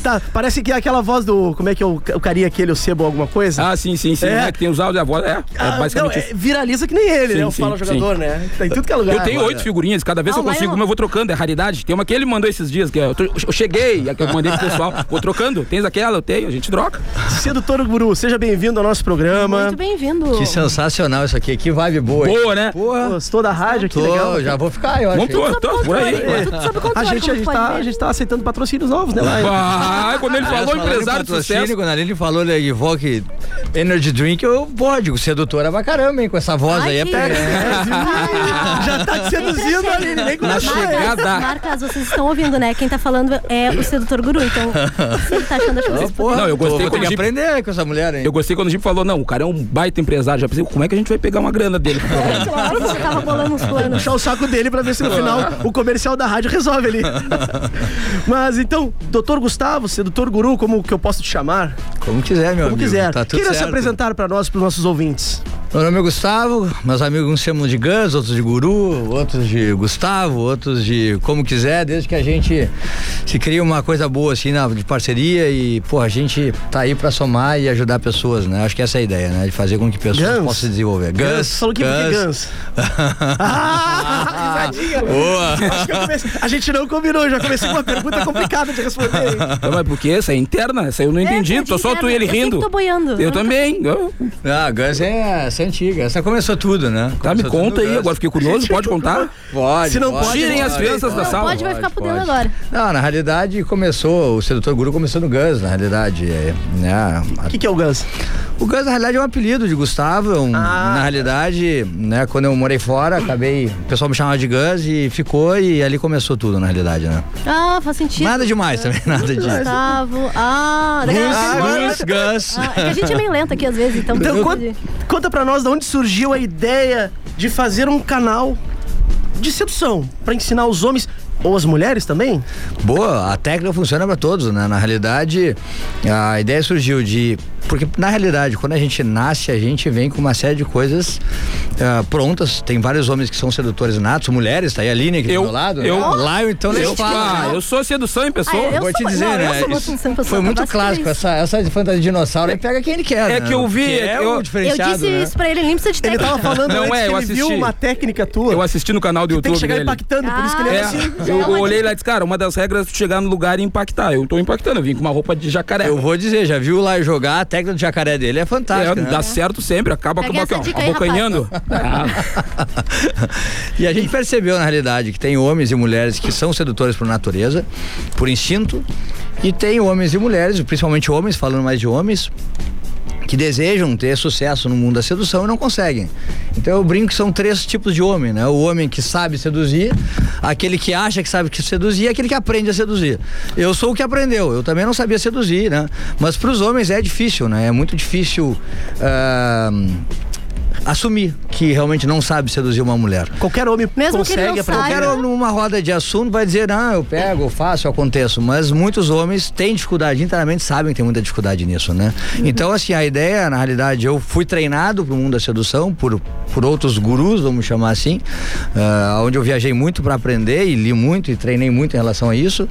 Tá, parece que é aquela voz do. Como é que é o, o carinha aquele, o sebo, alguma coisa? Ah, sim, sim, sim. É. É que tem os áudios e a voz. É, é Ah, basicamente não, isso. é, viraliza que nem ele, Sim, né? O sim, Fala Jogador, né? Tá em tudo que é lugar. Eu tenho oito figurinhas, cada vez que Ah, eu o Lion- consigo uma eu vou trocando, é raridade. Tem uma que ele mandou esses dias, que é, eu, tô- eu cheguei, a que eu mandei pro pessoal, vou trocando. Tens aquela? Eu tenho, a gente troca. Sedutor Guru, seja bem-vindo ao nosso programa. Muito bem-vindo. Que sensacional isso aqui, que vibe boa. hein? Boa, né? Porra, Gostou da rádio? Que tô, legal. já vou ficar, eu acho. Vamos hein? pro, tô, por aí. Controle, Tudo sob controle, A gente, a, como gente pode tá, ver. a gente tá aceitando patrocínios novos, né? Lai? Ah, quando ele falou Aliás, empresário de falando em patrocínio, sucesso. Quando a Aline falou de Evoque Energy Drink, eu pô, digo, sedutora pra caramba, hein? Com essa voz Ai, aí é que- pega. Já tá te seduzindo ali, nem Na começou. chegada. Marcas, marcas, vocês estão ouvindo, né? Quem tá falando é o sedutor guru, então se ele tá achando as coisas. Porra, Não, eu tô- gostei Vou ter quando que o Jeep- aprender com essa mulher, hein? Eu gostei quando o Jeep falou, não, o cara é um baita empresário. Já pensei, como é que a gente vai pegar uma grana dele? Claro, você tava bolando uns planos. puxar o saco dele pra ver se no final o comercial da rádio resolve ali. Mas então, doutor Gustavo, sedutor guru, como que eu posso te chamar? Como quiser, meu Como amigo. quiser. Tá tudo Queira se certo. apresentar pra nós, pros nossos ouvintes. Meu nome é Gustavo, meus amigos uns chamam de Gans, outros de Guru, outros de Gustavo, outros de como quiser, desde que a gente se cria uma coisa boa assim na- de parceria e, pô, a gente tá aí pra somar e ajudar pessoas, né? Acho que essa é a ideia, né? De fazer com que pessoas Gans? possam se desenvolver. Gans, Falou é que por que Gans. Ah, risadinha. Boa! Acho que eu comecei- A gente não combinou, já comecei com uma pergunta complicada de responder. hein? Não, mas por quê? Essa é interna, essa eu não entendi. piadinha tô só tu e ele interna. Eu rindo. sempre tô boiando. Eu também. Eu- Ah, Gans é, essa é antiga, essa começou tudo, né? tá, me Começou tudo conta no aí, Guns. agora fiquei curioso, pode contar? Pode, Se não pode, Tirem as crianças da Não, sala. pode, vai ficar podendo pode. agora. Não, na realidade começou, o sedutor guru começou no Guns, na realidade. É, né? O que, que é o Gans? O Gans, na realidade, é um apelido de Gustavo. é um- Ah. tá. Na realidade, né, quando eu morei fora, acabei. O pessoal me chamava de Gans e ficou e ali começou tudo, na realidade, né? Ah, faz sentido. Nada demais também, nada de. Gustavo. Ah, daqui a pouco tem nome. Luz, Gans. Ah, é que a gente é meio lento aqui às vezes, então. Então, precisa conta, de- conta pra nós de onde surgiu a ideia de fazer um canal de sedução pra ensinar os homens ou as mulheres também? Boa, a técnica funciona para todos, né? Na realidade, a ideia surgiu de Porque, na realidade, quando a gente nasce, a gente vem com uma série de coisas ah, prontas. Tem vários homens que são sedutores natos, mulheres, tá aí a Aline aqui Eu- do meu lado. eu- né? lá, então, eu- eles falam, ah, né? eu sou sedução em pessoa. Vou te dizer, né? isso foi muito clássico essa, essa de fantasia de dinossauro. Aí pega quem ele quer. É né? que eu vi, Que é eu- o eu diferenciado, eu disse né? isso pra ele, ele nem precisa de Ele técnica. tava falando Não antes é, que eu ele viu assisti. uma técnica tua. Eu assisti no canal do que YouTube tem que chegar dele. impactando, por isso que ele é, É, assim. eu olhei lá e disse, cara, uma das regras é tu chegar no lugar e impactar. Eu tô impactando, eu vim com uma roupa de jacaré. Eu vou dizer, já viu lá jogar, a técnica do jacaré dele é fantástica. É, né? Dá certo sempre, acaba com Pega essa o dica aí, rapaz. abocanhando. Ah, E a gente percebeu, na realidade, que tem homens e mulheres que são sedutores por natureza, por instinto, e tem homens e mulheres, principalmente homens, falando mais de homens, que desejam ter sucesso no mundo da sedução e não conseguem. Então eu brinco que são três tipos de homem, né? O homem que sabe seduzir, aquele que acha que sabe que seduzir e aquele que aprende a seduzir. Eu sou o que aprendeu, eu também não sabia seduzir, né? Mas para os homens é difícil, né? É muito difícil. ah, assumir que realmente não sabe seduzir uma mulher. Qualquer homem Mesmo que ele não saiba. Qualquer homem numa roda de assunto vai dizer, não, eu pego, eu faço, eu aconteço. Mas muitos homens têm dificuldade, internamente sabem que tem muita dificuldade nisso, né? Uhum. Então, assim, a ideia, na realidade, eu fui treinado pro mundo da sedução por, por outros gurus, vamos chamar assim, ah, onde eu viajei muito para aprender e li muito e treinei muito em relação a isso.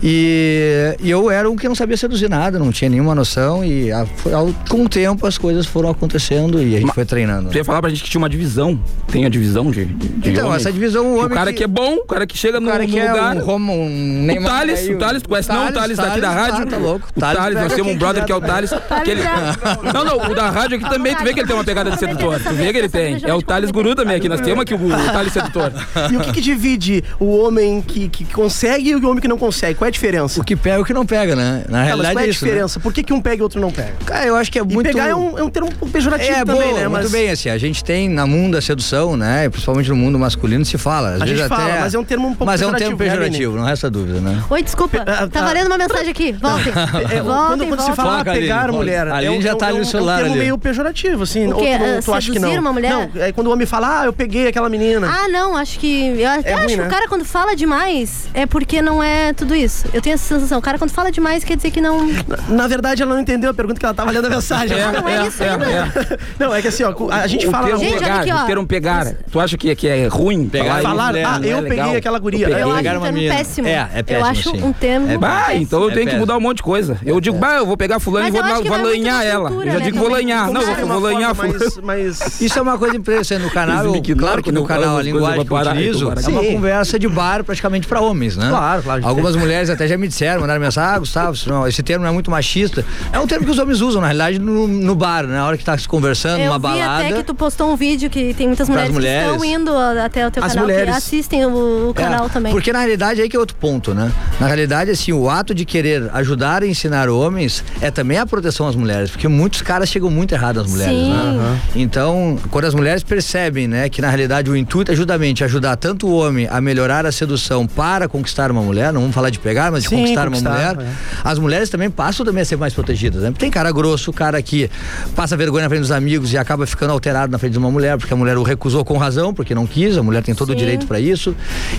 E, e eu era um que não sabia seduzir nada, não tinha nenhuma noção e a- foi- ao- com o tempo as coisas foram acontecendo e a gente foi treinando. Tu ia falar pra gente que tinha uma divisão. Tem a divisão de, um de de Então, homem. essa divisão, o o homem cara que- que é bom, o cara que chega no, cara no que é lugar. um Roma, um o Neymar, Thales, aí, o Thales, tu conhece não? O Thales daqui da Thales, rádio. tá, tá louco. O Thales, pega nós temos quem um brother quiser, que é o Thales. Que ele... Não, não, o da rádio aqui também, tu vê que ele tem uma pegada de sedutor. Tu vê que ele tem. É o Thales Guru também aqui, nós temos aqui o Guru, o Thales sedutor. E o que, que divide o homem que, que consegue e o homem que não consegue? Qual é a diferença? O que pega e o que não pega, né? Na mas realidade qual é é a isso, né? diferença? Por que, que um pega e outro não pega? Cara, eu acho que é muito- E pegar é um, é um termo um pouco pejorativo É, também, bom, né? muito bem, assim, a gente tem na mundo da sedução, né, principalmente no mundo masculino, se fala. Às A vezes gente até, fala, mas é um termo um pouco Mas é um termo pejorativo, né, pejorativo, não resta dúvida, né? Oi, desculpa. Tá valendo uma mensagem aqui. Voltem. É, Voltem, é, Quando, quando se voltem. fala Foca, pegar Aline, mulher, foca. Aline é um- já tá é um- ali no É celular, um termo ali. meio pejorativo, assim. O Ou quê? tu, Ah, tu acha que não? seduzir uma mulher? Não, é quando o homem fala, ah, eu peguei aquela menina. Ah, não, acho que. Eu até É acho ruim, que né? o cara quando fala demais é porque não é tudo isso. Eu tenho essa sensação. O cara quando fala demais quer dizer que não. Na verdade, ela não entendeu a pergunta que ela tava lendo a mensagem. É, Não, é é, isso é, ainda. é. Não, é que assim, ó, a gente o fala... termo pegar, o termo pegar. Tu acha que é, que é ruim Falar, isso, né? ah, Não é eu peguei legal. aquela guria. peguei. Eu acho um termo péssimo. Eu acho um termo. Bah, péssimo. então eu tenho que mudar um monte de coisa. Eu digo, bah, eu vou pegar fulano Mas e vou, eu acho lá- que vou vai muito lanhar da ela. cultura, eu né, digo, vou também. lanhar. Ah, Não, vou, Funciona vou de uma lanhar forma fulano. Isso é uma coisa impressionante. No canal, Eles me eu- ignoram claro que quando no eu falo canal a umas coisas, linguagem eu que eu vou parar, eu utilizo vou parar. é uma Sim. conversa de bar praticamente para homens, né? Claro, claro. Algumas mulheres até já me disseram, mandaram mensagem, ah, Gustavo, isso não- esse termo não é muito machista. É um termo que os homens usam, na realidade, no, no bar, né? Na hora que tá se conversando, Eu numa vi até que balada. tu postou um vídeo que tem muitas Pras mulheres, que estão mulheres. indo a- até o teu As canal mulheres. que assistem o, o canal É, também. Porque na realidade aí que é outro ponto, né? Na realidade, assim, o ato de querer ajudar e ensinar homens é também a proteção às mulheres, porque muitos caras chegam muito errado às mulheres, Sim. né? Aham. Então, quando as mulheres percebem, né, que na realidade o intuito é justamente ajudar tanto o homem a melhorar a sedução para conquistar uma mulher, não vamos falar de pegar, mas de Sim, conquistar, uma conquistar, é. mulher, as mulheres também passam também a ser mais protegidas, né? Tem cara grosso, cara que passa vergonha na frente dos amigos e acaba ficando alterado na frente de uma mulher, porque a mulher o recusou com razão, porque não quis, a mulher tem todo o Sim. direito para isso.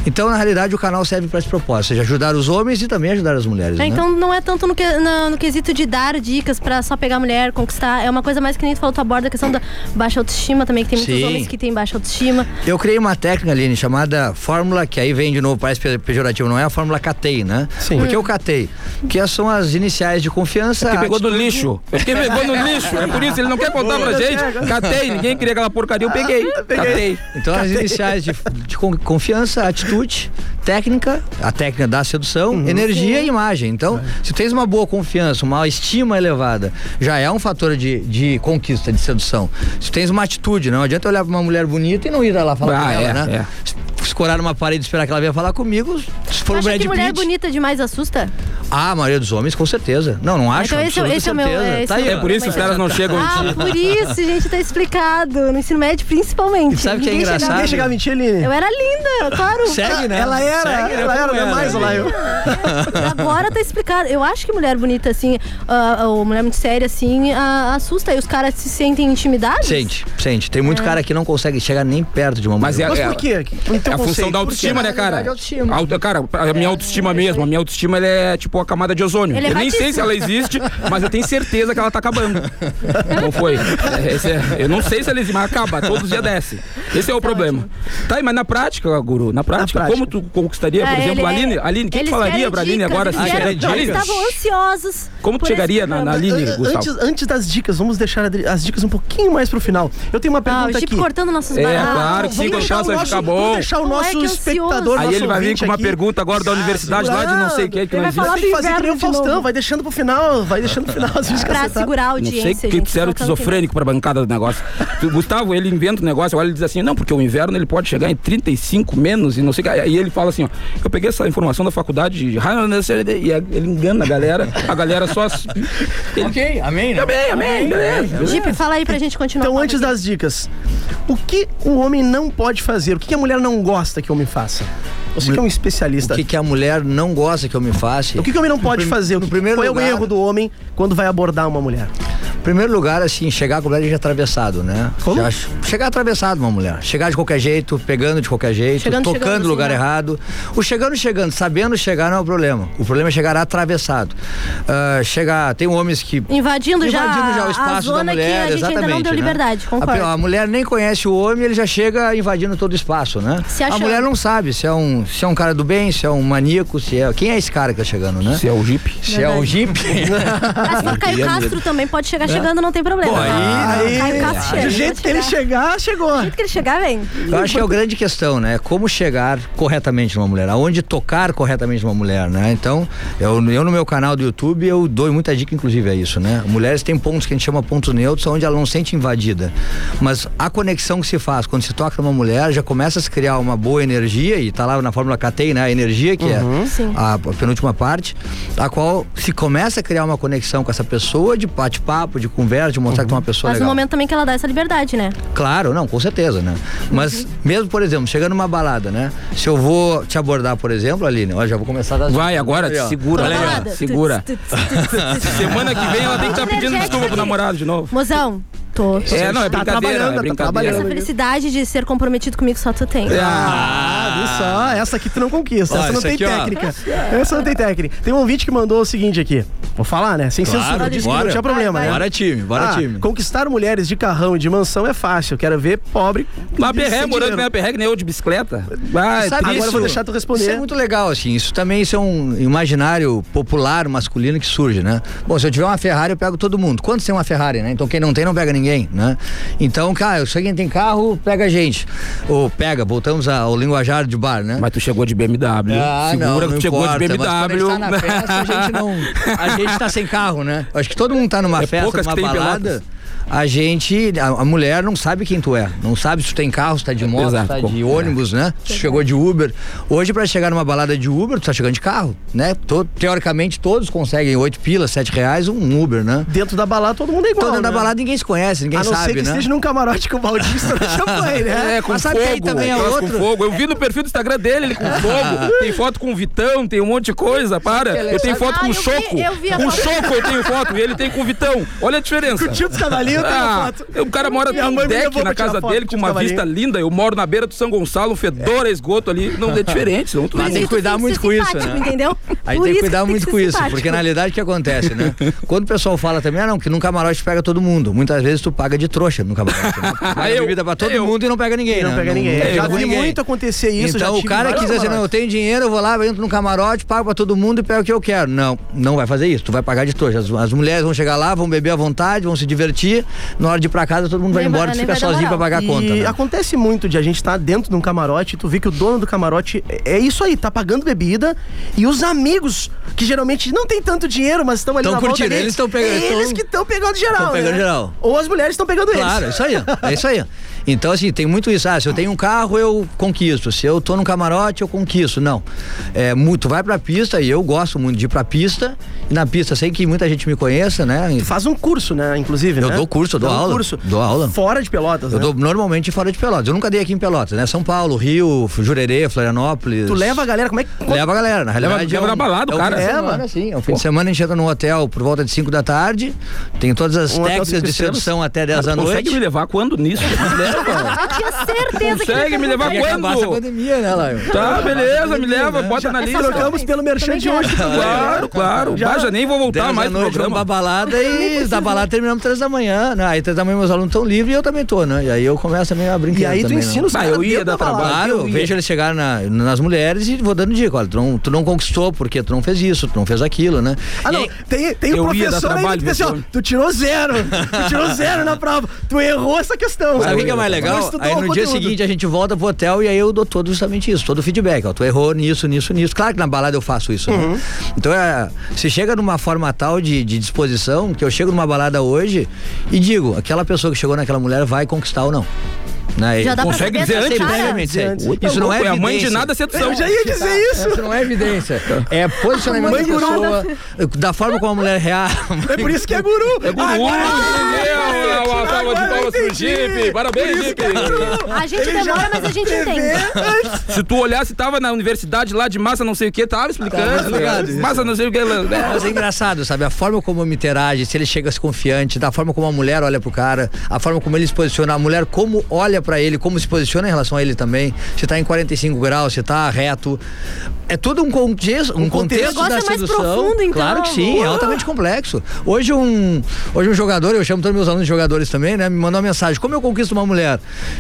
Então, na realidade, o canal serve para esse propósito, ou seja, ajudar os homens e também ajudar as mulheres, É, né? Então não é tanto no, que- na- no quesito de dar dicas pra só pegar mulher, conquistar. É uma coisa mais que nem tu falou, tu aborda a questão da baixa autoestima também, que tem muitos Sim. homens que têm baixa autoestima. Eu criei uma técnica, Aline, chamada fórmula, que aí vem de novo, parece pe- pejorativo, não é a fórmula CATEI, né? Sim. Por que o CATEI? Porque são as iniciais de confiança. Porque pegou do atitude- lixo. É Porque pegou no lixo. É por isso, ele não quer contar pra gente. Catei, ninguém queria aquela porcaria, eu peguei. Catei. Então as iniciais de, de con- confiança, atitude, técnica, a técnica da sedução, Uhum. energia e imagem. Então, É. se tens uma boa confiança, uma estima elevada, já é um fator de, de conquista, de sedução. Se tens uma atitude, não adianta olhar pra uma mulher bonita e não ir lá falar Ah, com ela, é, né? Se Escorar numa parede e esperar que ela venha falar comigo, se Tu for o acha Brad que mulher é Pitt. bonita demais assusta? Ah, a maioria dos homens, com certeza. Não, não acho. Então esse é- absoluta esse é o meu- certeza. é, esse Tá é o aí, meu- ó. por isso os caras não chegam Ah, por isso, gente, tá explicado. No ensino médio, principalmente. sabe o que é Ninguém chegava- engraçado? Ninguém chegava a mentir, Aline? Eu era linda, claro. Segue, né? Ela era, Segue, né? ela era, Como não é mais lá eu. Agora tá explicado. Eu acho que mulher bonita, assim, ah, ou mulher muito séria, assim, ah, assusta. E os caras se sentem intimidados. Sente, sente. Tem muito É. cara que não consegue chegar nem perto de uma mulher. Mas é, é- é Então, a função conceito, da por quê? autoestima, né, Na cara? verdade, autoestima. Auto- cara, a minha autoestima mesmo. A minha autoestima ela é tipo, a camada de ozônio. É, Ele é eu nem sei batismo. se ela existe, mas eu tenho certeza que ela tá acabando. Não foi? É, esse é- eu não sei se ela existe, mas acaba, todos os dias desce. Esse é o problema. Tá, aí, mas na prática, guru, na prática, como tu conquistaria, por É, exemplo, ele- a Aline? Aline, o que, que eles falaria querem pra Aline dicas, agora? assim, né, eles se querem- chegar- Não, Eles Aline, estavam ansiosos. Como tu por chegaria esse na, na programa. Aline, An- Gustavo? Antes, antes das dicas, vamos deixar adri- as dicas um pouquinho mais pro final. Eu tenho uma pergunta Ah, Tá, o Chip aqui. cortando nossos É, baratos. claro que Vamos sim, deixar Gonçalo, o vai nosso- ficar bom. Vamos deixar o Moleque nosso é ansioso. espectador, Aí nosso ele vai vir ouvinte com uma aqui. pergunta agora da universidade lá de não sei quem que não Você existe. tem que fazer que nem inverno o de Faustão, novo. vai deixando pro final, vai deixando pro final as dicas tá? Pra segurar a Não audiência, sei o que gente, disseram faltando que nem- esquizofrênico pra bancada do negócio. O Gustavo, ele inventa um negócio, olha, ele diz assim, não, porque o inverno ele pode chegar em 35 menos e não sei o que. Aí ele fala assim, ó, eu peguei essa informação da faculdade de e é, ele engana a galera, a galera só... Ok, amém, né? Amém, amém, beleza. Chip, fala aí pra gente continuar. Então, falando antes aqui. das dicas, o que o homem não pode fazer? O que que a mulher não gosta que o homem faça? Você que é um especialista. O que, que a mulher não gosta que eu me faça? O que, que o homem não pode prim- fazer? O no que- primeiro qual é lugar- o erro do homem quando vai abordar uma mulher? primeiro lugar, assim, chegar com o de atravessado, né? Como? Já- chegar atravessado uma mulher. Chegar de qualquer jeito, pegando de qualquer jeito, Chegando, tocando chegando, no lugar assim, né? errado. O chegando, chegando, sabendo chegar não é o problema. O problema é chegar atravessado. Ah, chegar, tem homens que Invadindo, já, invadindo já o a espaço zona da mulher, que a gente exatamente. ainda não deu né? liberdade, A, pe- concordo. a mulher nem conhece o homem, ele já chega invadindo todo o espaço, né? Se a achando. mulher não sabe se é um, se é um cara do bem, se é um maníaco, se é quem é esse cara que tá chegando, né? Se é o Jeep. Se é um Jeep. Mas se for Caio Castro também pode É. chegar chegando, não tem problema. aí- Caio Castro chega. Do jeito pode que ele chegar, chegou. Do jeito que ele chegar, vem. Eu acho que é a grande questão, né? Como chegar corretamente numa mulher, aonde tocar corretamente uma mulher, né? Então, eu, eu no meu canal do YouTube, eu dou muita dica, inclusive, a isso, né? Mulheres têm pontos que a gente chama pontos neutros, onde ela não se sente invadida. Mas a conexão que se faz quando se toca numa mulher, já começa a se criar uma boa energia, e tá lá na fórmula KTEI, né? A energia, que é Uhum. Sim. a penúltima parte, a qual se começa a criar uma conexão com essa pessoa de bate-papo, de conversa, de Uhum. mostrar que é uma pessoa Mas no legal. momento também que ela dá essa liberdade, né? Claro, não, com certeza, né? Mas mesmo, por exemplo, chegando numa balada, né? Se eu vou te abordar, por exemplo, Aline, ó, já vou começar a dar... Vai agora, Aí, ó. Tá segura, Toda Aline, balada. segura. Semana que vem ela tem que estar pedindo Energética desculpa pro aqui. namorado de novo. Mozão, tô. É, não, é Tá brincadeira, é trabalhando, tá Essa brincadeira. trabalhando. felicidade de ser comprometido comigo só tu É. tem. Ah, viu só? Essa aqui tu não conquista. Ó, essa não essa tem aqui, ó. técnica. Essa não tem técnica. Tem um ouvinte que mandou o seguinte aqui. Vou falar, né? Sem Claro, censura. Disse que não bora. tinha problema, né? Bora time, bora Ah, time. Conquistar mulheres de carrão e de mansão é fácil. Quero ver pobre. Lá de- perré, sem morando dinheiro. na perré, que nem né? eu de bicicleta. Vai, Sabe, triste. Agora eu vou deixar tu responder. Isso é muito legal, assim. Isso também isso é um imaginário popular masculino que surge, né? Bom, se eu tiver uma Ferrari, eu pego todo mundo. Quantos tem uma Ferrari, né? Então quem não tem, não pega ninguém, né? Então, cara, eu sei quem tem carro, pega a gente. Ou pega, voltamos ao linguajar de bar, né? Mas tu chegou de BMW. Ah, Segura não, que não tu chegou importa, de mas quando a BMW. gente tá na festa, a gente não. A gente tá sem carro, né? Acho que todo mundo tá numa É festa, poucas numa que tem em Pelotas. balada. A gente, a, a mulher não sabe quem tu é. Não sabe se tu tem carro, se tá de moto, Exato, se tá com- de ônibus, né? Se tu chegou de Uber. Hoje, pra chegar numa balada de Uber, tu tá chegando de carro, né? To- teoricamente, todos conseguem 8 pilas, 7 reais, um Uber, né? Dentro da balada todo mundo é igual. Então, dentro da né? balada ninguém se conhece, ninguém A não ser sabe, que né? esteja num camarote com o baldinho estourando champanhe, né? É, com Mas fogo. sabe quem também é aquelas outro? com fogo. Eu vi no perfil do Instagram dele, ele com fogo. Tem foto com o Vitão, tem um monte de coisa, para. Eu tenho foto Ah, com o eu vi- Choco. eu vi a Com o foto. Choco eu tenho foto e ele tem com o Vitão. Olha a diferença. Tio dos cavalinhos tem uma Ah, foto. o cara mora Minha num mãe me deck levou na pra tirar casa foto dele com com uma cavalinho. vista linda. Eu moro na beira do São Gonçalo, um fedor a esgoto ali. Não é diferente, não tudo Mas tem que Isso, cuidar ser muito com isso, simpático, né? Entendeu? Aí Por tem isso que cuidar muito ser com isso, simpático. porque na realidade o que acontece, né? Quando o pessoal fala também, ah, não, que num camarote pega todo mundo. Muitas vezes tu paga de trouxa no camarote. Né? Tu Paga Eu- bebida pra todo eu- mundo e não pega ninguém, E não né? pega ninguém. pega já vi ninguém. muito acontecer isso. já então o tive cara vários quis dizer, não, eu camarotes. tenho dinheiro, eu vou lá, eu entro num camarote, pago pra todo mundo e pego o que eu quero. Não, não vai fazer isso, tu vai pagar de trouxa. As, as mulheres vão chegar lá, vão beber à vontade, vão se divertir, na hora de ir pra casa todo mundo vai Nem vai- embora, tu nem fica vai dar sozinho pra moral. pagar a conta. E né? acontece muito de a gente estar dentro de um camarote e tu vê que o dono do camarote é- é isso aí, tá pagando bebida e os amigos, que geralmente não tem tanto dinheiro, mas estão ali Tão na volta curtindo, deles, eles tão pegando- Eles tão- que estão pegando geral. tão pegando né? geral. Ou as mulheres estão pegando Claro, eles. isso aí, é isso aí. Então, assim, tem muito isso. Ah, se eu tenho um carro, eu conquisto. Se eu tô num camarote, eu conquisto. Não. É muito, vai pra pista, e eu gosto muito de ir pra pista. E na pista, sei que muita gente me conheça, né? Tu faz um curso, né? Inclusive, Eu né? dou curso, eu dou Dá um aula, curso. dou aula. Fora de pelotas, Eu né? dou normalmente fora de Pelotas. Eu nunca dei aqui em Pelotas, né? São Paulo, Rio, Jurerê, Florianópolis. Tu leva a galera, como é que... Leva a galera, na realidade. leva é um- na balada o é um cara. fim de Leva. semana, sim. É um fim de semana a gente entra num hotel por volta de 5 da tarde. Tem todas as Um hotel técnicas cinco de estrelas. sedução até 10 Cara, da consegue noite. me levar quando nisso? Tinha certeza que. Consegue me levar Tem que acabar quando? essa pandemia, né, Laio? Tá, beleza, me leva, bota na lista. Trocamos pelo merchan de hoje. Claro, claro. né? Já, já nem vou voltar Dez mais da no noite, vamos programa. pra balada e da balada terminamos três da manhã. Né? Aí três da manhã meus alunos estão livres e eu também tô, né? E aí eu começo meio a brincar. E aí tu também, ensina né? os Bah, caras eu ia dentro da dar trabalho. balada. Claro, eu vejo eles chegarem na- nas mulheres e vou dando dica. Olha, tu não, tu não conquistou porque tu não fez isso, tu não fez aquilo, né? Ah, E não. aí- Tem, tem o Eu ia dar professor ainda que trabalho diz assim, nesse ó, homem. tu tirou zero. tu tirou zero na prova. Tu errou essa questão. Sabe o que que é mais Tu legal? estudou Aí o no dia conteúdo. seguinte a gente volta pro hotel e aí eu dou todo justamente isso, todo o feedback. Ó, tu errou nisso, nisso, nisso. Claro que na balada eu faço isso. né? Então é, se chega numa forma tal de, de disposição que eu chego numa balada hoje e digo, aquela pessoa que chegou naquela mulher vai conquistar ou não. Né? Já dá pra Consegue saber dizer essa antes, cara? Previamente, sei. antes. Isso não é a mãe de evidência. nada sedução. Eu já ia dizer isso. Isso não é evidência. É posicionamento da Mãe pessoa, da forma como a mulher reage. É por isso que é guru. é É guru, entendeu? Uma salva de palmas pro Jeep. Parabéns, Jeep. A gente demora, mas a gente entende. Se tu olhasse, tava na universidade lá de massa não sei o que, tava Tava explicando. explicado isso. massa não sei o que. né? Mas é engraçado, sabe? A forma como me interage, se ele chega confiante, da forma como a mulher olha pro cara, a forma como ele se posiciona, a mulher como olha pra ele, como se posiciona em relação a ele também, se tá em 45 graus, se tá reto. É todo um contexto, um contexto O negócio da é mais sedução. profundo, então. Claro que sim, é Uau. altamente complexo. Hoje um, hoje um jogador, eu chamo todos meus alunos de jogadores também, né? Me mandou uma mensagem, como eu conquisto uma mulher?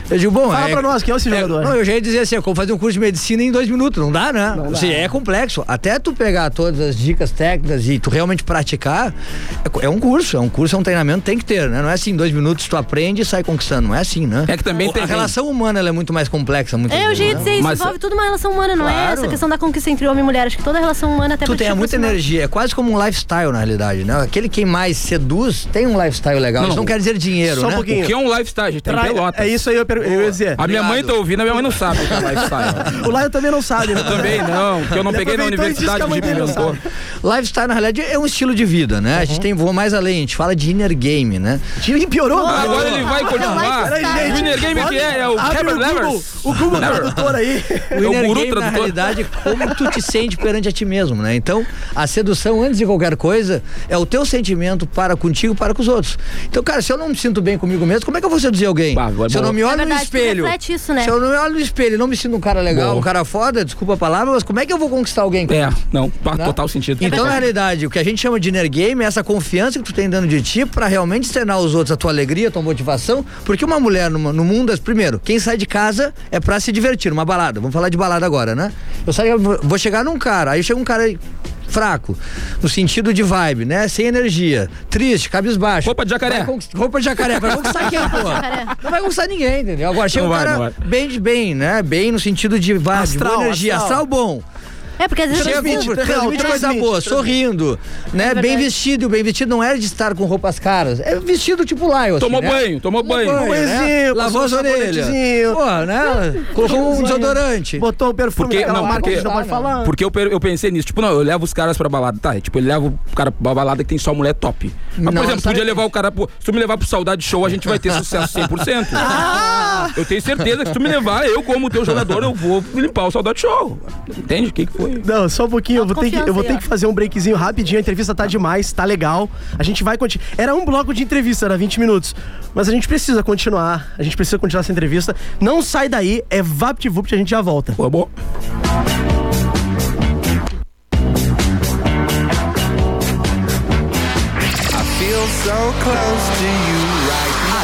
Eu digo, bom, Fala é- pra nós, quem é esse jogador? não, eu já ia dizer assim, é como fazer um curso de medicina em dois minutos, não dá, né? Ou seja, é complexo. Até tu pegar todas as dicas técnicas e tu realmente praticar, é co- é, um curso, é um curso, é um treinamento, tem que ter, né? Não é assim, em dois minutos tu aprende e sai conquistando, não é assim, né? É que também O- tem- A relação humana ela é muito mais né? complexa, muito É, eu já ia dizer isso. Mas- envolve tudo uma relação humana, não é? Claro. Essa questão da conquista entre homem e mulher. Acho que toda relação humana até Tu pra te tem muita aproximar. energia, é quase como um lifestyle na realidade, né? Aquele que mais seduz tem um lifestyle legal. Não, Isso não quer dizer dinheiro, só um né? pouquinho. O que é um lifestyle, gente? Tem Trai- pelota. É isso aí eu, per- eu ia dizer. A minha mãe Obrigado. tá ouvindo, a minha mãe não sabe o que é lifestyle. O Laio também não sabe. né? Também não, porque eu não Ele peguei na aproveitou e disse que universidade, a o mãe Jeep me dele não inventou. sabe. Lifestyle, na realidade, é um estilo de vida, né? A gente tem, voa mais além, a gente fala de inner game, né? Ih, Piorou. Ah, Agora ele vai continuar. Peraí, O gente. Winner Game que é, é o Abre Kevin o Google, Levers. o Google tradutor aí. O É o inner guru game, na tradutor. realidade, é como tu te sente perante a ti mesmo, né? Então, a sedução, antes de qualquer coisa, é o teu sentimento para contigo, para com os outros. Então, cara, se eu não me sinto bem comigo mesmo, como é que eu vou seduzir alguém? Bah, agora se eu boa. não me olho É verdade, no espelho. tu reflete isso, né? Se eu não me olho no espelho e não me sinto um cara legal, Boa. um cara foda, desculpa a palavra, mas como é que eu vou conquistar alguém? É, não, faz Né? total sentido. É. Então, na realidade, o que a gente chama de inner game é essa confiança que tu tem dando de ti pra realmente externar aos outros a tua alegria, a tua motivação. Porque uma mulher numa- no, mundo, é- primeiro, quem sai de casa é pra se divertir, uma balada. Vamos falar de balada agora, né? Eu saio, eu vou chegar num cara, aí chega um cara fraco, no sentido de vibe, né? Sem energia, triste, cabisbaixo. Roupa de jacaré. Vai conquist- Roupa de jacaré, vai conquistar quem, pô? Não vai conquistar ninguém, entendeu? Agora chega Não um vai, cara não vai. bem de bem, né? Bem no sentido de vibe, Astral, boa energia, astral. astral bom. É, porque às vezes Chega eu Transmite, com confundo. transmite transmite, coisa boa, transmite. É sorrindo, né? verdade. bem vestido. E o bem vestido não era de estar com roupas caras. É vestido tipo Lion. Tomou assim, né? banho, tomou banho. né? Banhozinho, Lavou as passou um orelhas. sabonetezinho. Pô, né? Colocou um desodorante. Botou o perfume Porque- daquela não, marca que a gente porque- não pode falar. Porque eu, per- eu pensei nisso, tipo, não, eu levo os caras pra balada, tá? Tipo, ele leva o cara pra balada que tem só mulher top. Mas, Não, por exemplo, podia sabe- levar o cara pro. Se tu me levar pro Saudade Show, a gente vai ter sucesso 100%. Ah! Eu tenho certeza que se tu me levar, eu, como teu jogador, eu vou limpar o Saudade Show. Entende? O que, que foi? Não, só um pouquinho, eu vou, ter que, eu vou Autoconfiança aí, ter ó. que fazer um breakzinho rapidinho, a entrevista tá demais, tá legal. A gente vai continuar. Era um bloco de entrevista, era 20 minutos. Mas a gente precisa continuar, a gente precisa continuar essa entrevista. Não sai daí, é VaptVupt, a gente já volta. Pô, é bom. A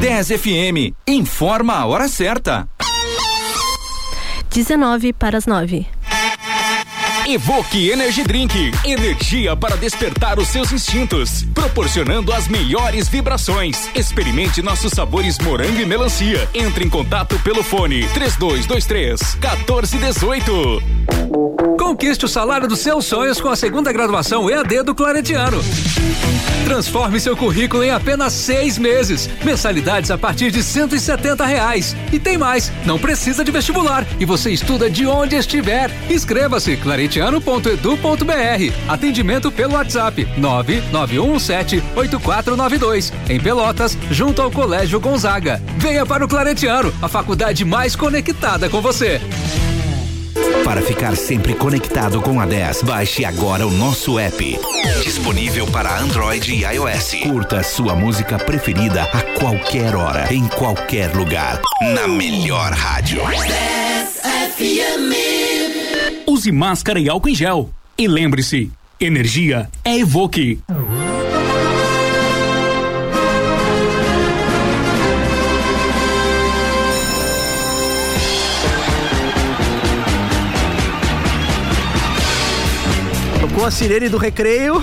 10 FM. Informa a hora certa. 19 para as 9. Evoque Energy Drink, energia para despertar os seus instintos, proporcionando as melhores vibrações. Experimente nossos sabores morango e melancia. Entre em contato pelo fone 3223 1418. Comercial Conquiste o salário dos seus sonhos com a segunda graduação EAD do Claretiano. Transforme seu currículo em apenas seis meses. Mensalidades a partir de R$ 170 reais. E tem mais, não precisa de vestibular e você estuda de onde estiver. Inscreva-se claretiano.edu.br. Atendimento pelo WhatsApp 991178492. Em Pelotas, junto ao Colégio Gonzaga. Venha para o Claretiano, a faculdade mais conectada com você. Para ficar sempre conectado com a 10, baixe agora o nosso app. Disponível para Android e iOS. Curta sua música preferida a qualquer hora, em qualquer lugar. Na melhor rádio. Use máscara e álcool em gel. E lembre-se, energia é Evoque. Tocou a sirene do recreio.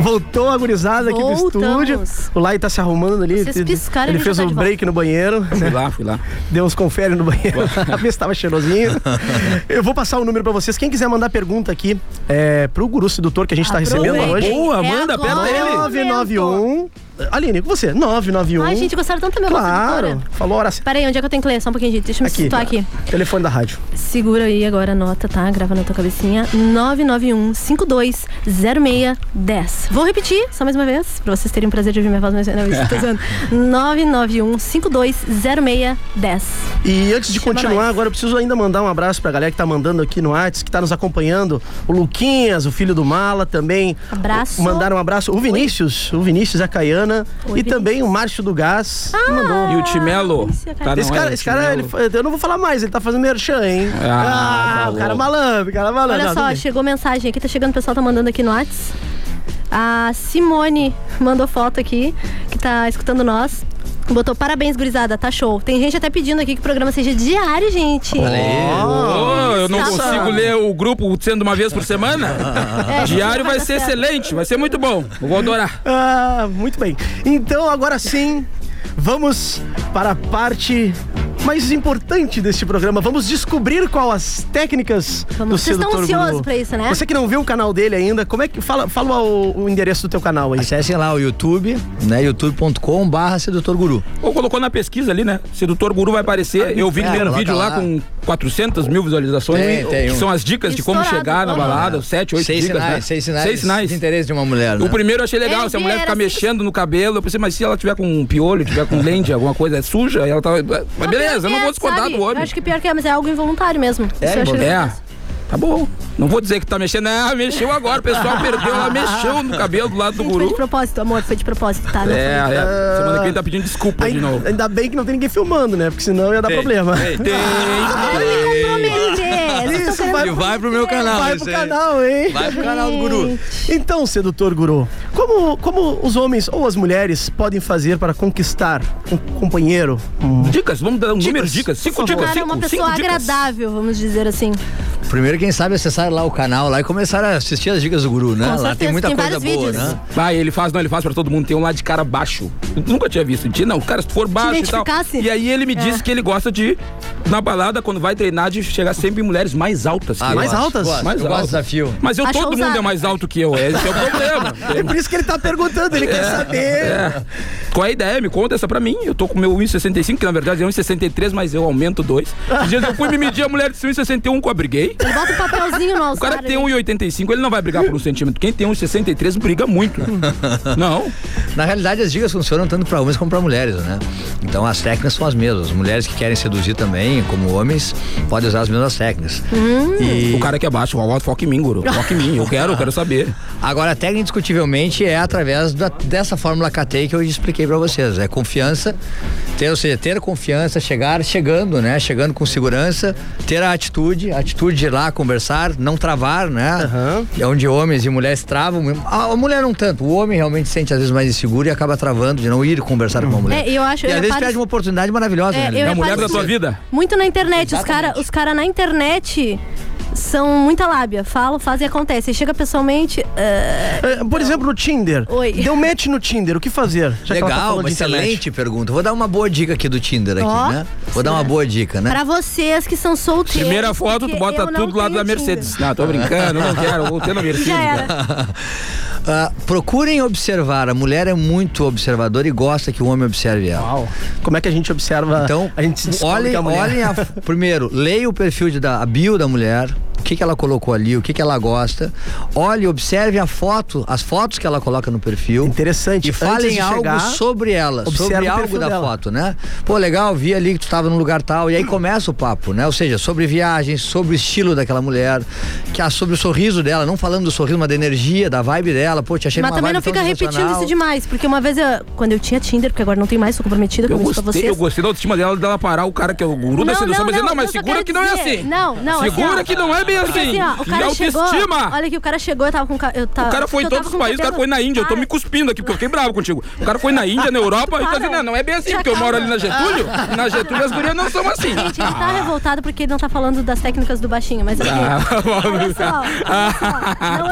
Voltou a gurizada aqui do estúdio. O Lai tá se arrumando ali. Vocês ele piscaram, ele já fez tá um de volta. break no banheiro. Fui lá, fui lá. Deu uns confere no banheiro. A vez tava cheirosinho. Eu vou passar o número pra vocês. Quem quiser mandar pergunta aqui é, pro Guru Sedutor que a gente tá recebendo Aproveitem. hoje. Boa, É manda, agora pega ele. o 991. Aline, com você. 991. Ai, gente, gostaram tanto da minha voz Claro. sedutora. Falou, hora certa. Peraí, onde é que eu tenho que ler? Só um pouquinho, gente. Deixa eu me situar aqui. Telefone da rádio. Segura aí agora a nota, tá? Grava na tua cabecinha. 991-520610. Vou repetir só mais uma vez, pra vocês terem o prazer de ouvir minha voz mais uma vez. Tô zoando. 991-520610. E antes de continuar, agora eu preciso ainda mandar um abraço pra galera que tá mandando aqui no Whats, que tá nos acompanhando. O Luquinhas, o filho do Mala também. Abraço. Mandaram um abraço. O Vinícius, o Vinícius, a Caiana. e Vinícius. Ah. também o Márcio do Gás. que mandou. E o Timelo? Tá, não é esse cara, o esse cara ele, Timelo. fa- eu não vou falar mais, ele tá fazendo merchan, hein? Ah, Ah, tá o cara louco. malandro, o cara malandro. Olha Não, só, tudo bem. chegou mensagem aqui, tá chegando, o pessoal tá mandando aqui no Whats. A Simone mandou foto aqui, que tá escutando nós. Botou parabéns, gurizada, tá show. Tem gente até pedindo aqui que o programa seja diário, gente. Tá Ô, eu não Nossa. consigo ler o grupo sendo uma vez por semana. É, Diário vai vai dar ser certo. excelente, vai ser muito bom. Eu vou adorar. Ah, muito bem. Então agora sim, vamos para a parte mais importante deste programa. Vamos descobrir qual as técnicas do Vocês estão sedutor ansiosos guru. pra isso, né? Você que não viu o canal dele ainda, como é que fala, fala o, o endereço do teu canal aí? Acessem lá o YouTube, né? youtube.com barra sedutor guru. Ou colocou na pesquisa ali, né? Sedutor Guru vai aparecer. Eu vi é, que tem um coloca vídeo lá lá. com 400 mil visualizações. Tem, tem que um. são as dicas de como Estourado, chegar na aham. balada, 7, 8 Seis dicas. sinais, né? seis sinais Seis sinais. de interesse de uma mulher, né? O primeiro eu achei legal, É, Ele se a mulher era ficar mexendo no cabelo, eu pensei, mas se ela tiver com um piolho, tiver com lente, alguma coisa suja, ela tá. Mas beleza, eu não vou descontar sabe? do homem. Eu acho que pior que é, mas é algo involuntário mesmo. É, Isso eu acho é. Tá bom. Não vou dizer que tá mexendo. Ah, mexeu agora. O pessoal perdeu. Ela mexeu no cabelo do lado do Foi de guru. propósito, amor, foi de propósito, tá? É, Não foi- é. Semana que vem tá pedindo desculpa de novo. Ainda bem que não tem ninguém filmando, né? Porque senão ia dar problema. Tem, tem. Isso, vai, vai pro meu canal. Vai isso pro aí. canal, hein? Vai pro canal do Guru. Então, sedutor Guru, como, como os homens ou as mulheres podem fazer para conquistar um companheiro? Dicas, vamos dar um número de dicas. Cinco Se dicas, tornar é uma cinco, cinco pessoa dicas. agradável, vamos dizer assim. Primeiro, quem sabe, acessar lá o canal lá e começar a assistir as dicas do guru, né? Com lá certeza, tem muita tem coisa vários boa, vídeos. né? Vai, ele faz, não, ele faz pra todo mundo. Tem um lá de cara baixo. Eu nunca tinha visto. De, não, cara, se for baixo e tal. identificasse? E aí ele me É. disse que ele gosta de, na balada, quando vai treinar, de chegar sempre em mulheres mais altas. que Ah, ele. mais altas? Gosto, mais eu gosto altas. de desafio. Mas eu, Acho todo mundo ousado. é mais alto que eu. Esse é o problema. É por isso que ele tá perguntando, ele quer saber. É. Qual é a ideia? Me conta essa pra mim. Eu tô com meu 1,65, que na verdade é 1,63, mas eu aumento 2. Esses dias eu fui me medir, a mulher um disse 1,61, que eu briguei. Ele bota um papelzinho no O cara alçar. que tem 1,85, ele não vai brigar por um centímetro. Quem tem 1,63 briga muito. Não. Na realidade, as dicas funcionam tanto para homens como para mulheres, né? Então as técnicas são as mesmas. Mulheres que querem seduzir também, como homens, podem usar as mesmas técnicas. O cara que é baixo, o foca em mim, guru. Foca em mim. Eu quero, eu quero saber. Agora, a técnica, indiscutivelmente, é através da- dessa fórmula KT que eu expliquei para vocês. É confiança, ter, ou seja, ter confiança, chegar chegando, né? Chegando com segurança, ter a atitude, a atitude de ir lá conversar, não travar, né? É onde homens e mulheres travam. A, a mulher não tanto, o homem realmente se sente às vezes mais inseguro e acaba travando de não ir conversar com a mulher. É, eu acho- e eu às vezes reparo- perde uma oportunidade maravilhosa. É, né? eu reparo isso. Muito na internet. Os caras os cara na internet são muita lábia. Falam, fazem e acontece. Aí chega pessoalmente. ah, É, Por exemplo, no Tinder. Oi. Deu match no Tinder, o que fazer? Já que ela tá um Legal, falando uma de internet. excelente pergunta. Vou dar uma boa dica aqui do Tinder aqui, Ó, né? Vou dar uma boa dica, né? Pra vocês que são solteiros. Primeira foto, tu porque bota eu não tudo do lado da tenho Mercedes. Não, tô brincando, não quero, vou ter na Mercedes. Já era. Ah, procurem observar. A mulher é muito observadora e gosta que o homem observe ela. Como é que a gente observa? Então, a gente descobre olhem, que é a mulher- olhem a- primeiro, leia o perfil de, da a bio da mulher. O que, que ela colocou ali, o que, que ela gosta. Olhe, observe a foto, as fotos que ela coloca no perfil. Interessante. E falem de algo chegar, sobre ela, observa sobre o algo perfil da dela. foto, né? Pô, legal, vi ali que tu estava num lugar tal. E aí começa o papo, né? Ou seja, sobre viagens, sobre o estilo daquela mulher, que a- sobre o sorriso dela, não falando do sorriso, mas da energia, da vibe dela. Pô, te achei Mas uma também vibe não tão fica repetindo sensacional. isso demais, porque uma vez eu, quando eu tinha Tinder, porque agora não tem mais, sou comprometida, Eu como eu disse pra gostei, eu vocês. gostei da autoestima dela, dela parar o cara que é o guru da sedução, mas dizer, não, mas eu só segura quero que não é dizer- assim. Não, não, assim, Segura ó. que não é bem Porque assim. ó, o Que cara chegou, autoestima. olha que o cara chegou, eu tava com... ca- Eu tava, O cara foi em Ah, eu tava todos os com Ah. países, o cara foi cabelo- na Índia, eu tô me cuspindo aqui, porque eu fiquei bravo contigo. O cara foi na Índia, na Europa, e tá para. dizendo, não, não é bem assim, Já porque eu moro ali calma. na Getúlio, e na Getúlio as gurias não são assim. Gente, ele tá revoltado porque ele não tá falando das técnicas do baixinho, mas assim, Ah, tá olha só, não é,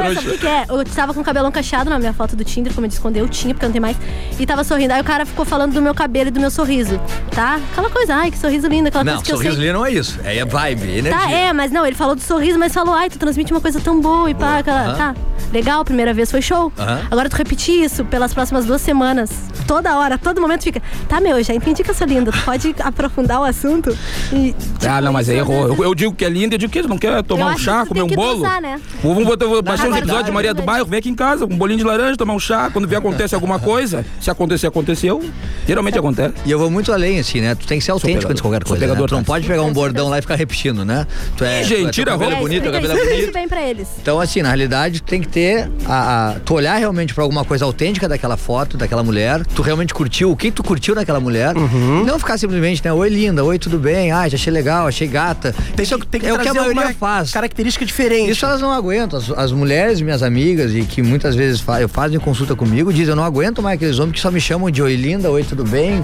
sabe o que, que é? Eu tava com o cabelão cacheado na minha foto do Tinder, como eu disse, quando eu tinha, porque eu não tenho mais. E tava sorrindo. Aí o cara ficou falando do meu cabelo e do meu sorriso, tá? Aquela coisa, ai, que sorriso lindo, aquela Não, coisa que eu sorriso sei. ali não é isso. É vibe, energia. Tá, é, mas não, ele falou do sorriso, mas falou, ai, tu transmite uma coisa tão boa e pá, aquela, aham. tá. Legal, primeira vez foi show. Aham. Agora tu repetir isso pelas próximas duas semanas, toda hora, todo momento fica, tá, meu, eu já entendi que eu sou linda, tu pode aprofundar o assunto e. tipo, né?" Ah, não, mas aí errou. Eu, eu digo que é linda, eu digo que eles não querem Eu tomar um acho chá, que tu comer tem um que bolo. dosar, né? é Vou, vamos botar, vou baixar uns verdade, episódios de Maria do Bairro, vem aqui em casa, um bolinho de laranja, tomar um chá. Quando vier acontece alguma coisa, se acontecer, aconteceu. Geralmente acontece. E eu vou muito além, assim, né? Tu tem que ser autêntico antes de qualquer coisa. Né? pegador, Tu não tá? pode pegar um bordão lá e ficar repetindo, né? Tu é. Ih, gente, tu é- tira a teu cabelo roupa. é bonito, teu Explica cabelo isso, é explica bem bonito. pra eles. Então, assim, na realidade, tu tem que ter a, a- Tu olhar realmente pra alguma coisa autêntica daquela foto, daquela mulher. Tu realmente curtiu o que tu curtiu daquela mulher. E Não ficar simplesmente, né? Oi, linda, oi, tudo bem? Ai, já achei legal, achei gata. Isso é o que- Tem que é o que a trazer maioria alguma faz. Característica diferente. Isso é elas não aguentam. As, as mulheres, minhas amigas, e que muitas vezes fa- eu fazem consulta comigo, dizem: Eu não aguento mais aqueles homens que só me chamam de oi, linda, oi, tudo bem?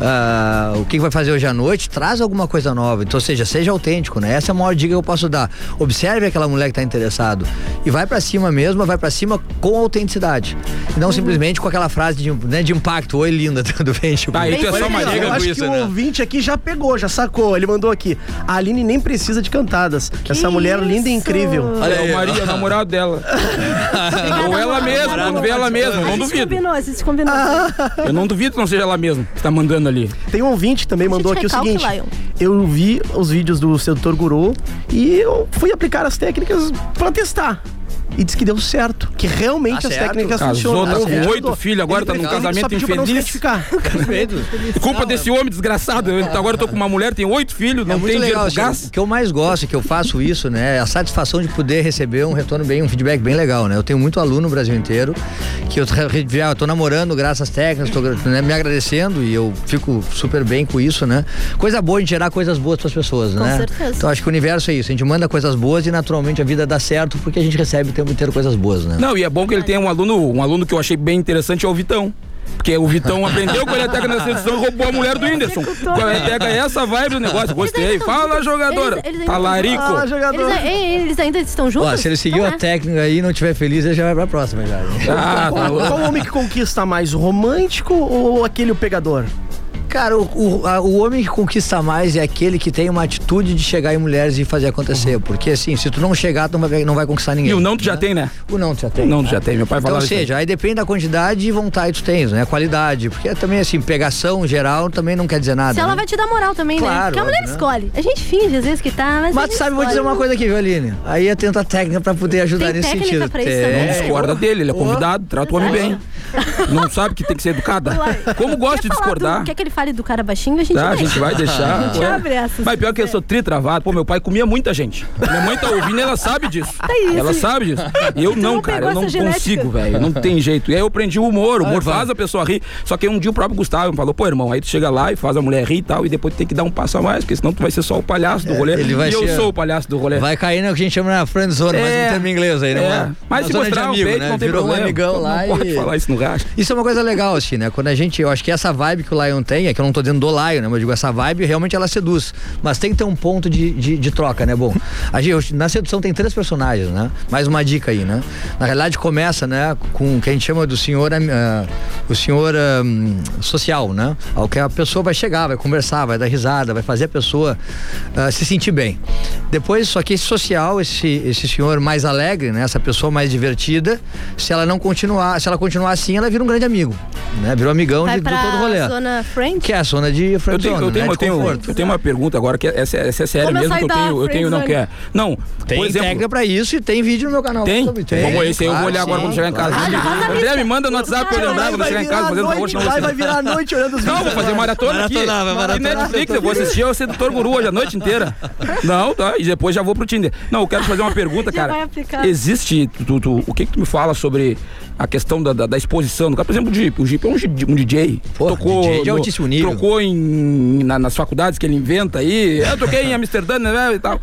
Ah, o que que vai fazer hoje à noite? Traz alguma coisa nova. Então, ou seja, seja autêntico, né? Essa é a maior dica que eu posso dar. Observe aquela mulher que tá interessado e vai pra cima mesmo, vai pra cima com autenticidade. E Uhum. não simplesmente com aquela frase de, né, de impacto: Oi, linda, tudo bem? Tipo, Tá, e tu é só uma Olha, nega eu com acho isso, que o né? ouvinte aqui já pegou, já sacou. Ele mandou aqui. A Aline nem precisa de cantadas. Essa mulher linda e incrível. Olha, é o Maria, o namorado dela. Ou ela mesma, quando vê ela mesma, A não gente duvido. combinou, a gente combinou. Eu não duvido que não seja ela mesma que tá mandando ali. Tem um ouvinte que também mandou gente aqui o recalque, seguinte. Lion. Eu vi os vídeos do sedutor Guru e eu fui aplicar as técnicas pra testar. E disse que deu certo, que realmente Tá as certo. técnicas Casou, funcionam. tá Ele com oito ajudou. filhos, agora Ele tá num prefere só casamento pedir pra não se infeliz. identificar. Culpa desse homem desgraçado. Eu, agora eu tô com uma mulher, tem oito filhos, É não muito tem dinheiro legal, pro assim, gás. o que eu mais gosto, que eu faço isso, né? É a satisfação de poder receber um retorno bem, um feedback bem legal, né? Eu tenho muito aluno no Brasil inteiro, que eu, tra- ah, eu tô namorando graças às técnicas, tô gra- né, me agradecendo e eu fico super bem com isso, né? Coisa boa de gerar coisas boas pras pessoas, Com né? certeza. Então acho que o universo é isso, a gente manda coisas boas e naturalmente a vida dá certo porque a gente recebe o tempo inteiro coisas boas, né? Não, e é bom que ele tenha um aluno, um aluno que eu achei bem interessante é o Vitão. Porque o Vitão aprendeu com ele até na seleção roubou a mulher do Whindersson. Executou. Qual é pega essa vibe do negócio? Gostei. Fala, jogadora. Eles- eles ainda- Talarico. Eles, ei, eles ainda estão juntos? Ó, se ele seguiu Não a é? técnica aí e não estiver feliz, ele já vai pra próxima já. né? Ah, tá Qual, qual louco. homem que conquista mais, o romântico ou aquele o pegador? Cara, o, o, a- o homem que conquista mais é aquele que tem uma atitude de chegar em mulheres e fazer acontecer. Porque assim, se tu não chegar, tu não vai, não vai conquistar ninguém. E o não tu já tem, né? O não tu já tem. Não tu né? já tem, meu pai Então, falava assim, ou isso aí. seja, aí depende da quantidade e vontade que tu tens, né? A qualidade. Porque é também assim, pegação geral também não quer dizer nada. Se ela né? vai te dar moral também, né? Claro, Porque a mulher óbvio, né? escolhe. A gente finge às vezes que tá, mas. a Mas tu gente sabe, vou dizer escolhe. uma coisa aqui, Violine. Aí eu tento a técnica pra poder ajudar Tem nesse técnica sentido. pra isso Tem. é. também? Não discorda dele, ele é Ô. convidado, trata o homem bem. Não sabe que tem que ser educada. Como gosta de Quer falar discordar. Do, quer que ele fale do cara baixinho? A gente, Tá, a deixa. gente vai deixar. A gente Ué. abre essa. Mas pior que eu sou tritravado. Pô, meu pai comia muita gente. Minha mãe tá ouvindo, ela sabe disso. É isso. Ela sabe disso. E eu não, cara. pegou Eu não essa genética. consigo, velho. Não tem jeito. E aí eu aprendi o humor. O humor faz a pessoa rir. Só que aí um dia o próprio Gustavo me falou, pô, irmão, aí tu chega lá e faz a mulher rir e tal, e depois tu tem que dar um passo a mais, porque senão tu vai ser só o palhaço do rolê. É, ele vai e eu ser- sou o palhaço do rolê. Vai cair no que a gente chama na friendzone, mas É. um termo em inglês aí, não É. é? Mas Na se zona de mostrar o amigo, peito, né? não tem Virou um problema. amigão lá Não e... pode falar isso no gás. Isso é uma coisa legal, assim, né? Quando a gente. Eu acho que essa vibe que o Lion tem, é que eu não tô dizendo do Lion, né? Mas eu digo, essa vibe realmente ela seduz. Mas tem que ter um ponto de, de, de troca, né? Bom, a gente, na sedução tem três personagens, né? Mais uma dica aí, né? Na realidade começa, né? Com o que a gente chama do senhor. ah, o senhor ah, social, né? Ao que a pessoa vai chegar, vai conversar, vai dar risada, vai fazer a pessoa ah, se sentir bem. Depois, só que esse social, esse, esse senhor mais alegre, né? Essa pessoa mais divertida, se ela não continuar, se ela continuar assim, ela vira um grande amigo, né? Vira um amigão Vai de, de pra todo o rolê. zona friend? Que é a zona de Eu friendzone, tenho, eu, tenho, né? eu, De tenho, conforto. eu tenho uma pergunta agora, que essa, essa é séria Como eu mesmo, que saio eu da tenho, eu tenho não friendzone? quer. Não, Tem por exemplo, técnica pra isso e tem vídeo no meu canal. Tem? sobre- Vamos esse aí, eu vou olhar agora sim, quando chegar em casa. claro. André, me manda no WhatsApp pra eu lembrar quando chegar em casa, fazendo um favor, senão eu vou- olhando Não, vou fazer maratona aqui. Maratona, vai E maratonar, Netflix, doutor. eu vou assistir ao Sedutor Guru hoje a noite inteira. Não, tá, e depois já vou pro Tinder. Não, eu quero te fazer uma pergunta, Já vai cara. aplicar. Existe, tu, tu- o que que tu me fala sobre a questão da, da, da exposição? do cara? Por exemplo, o Jeep. O Jeep é um, gi- um DJ. tocou DJ é de no- altíssimo nível. Tocou em, na- nas faculdades que ele inventa aí. Eu toquei em Amsterdã né, e tal.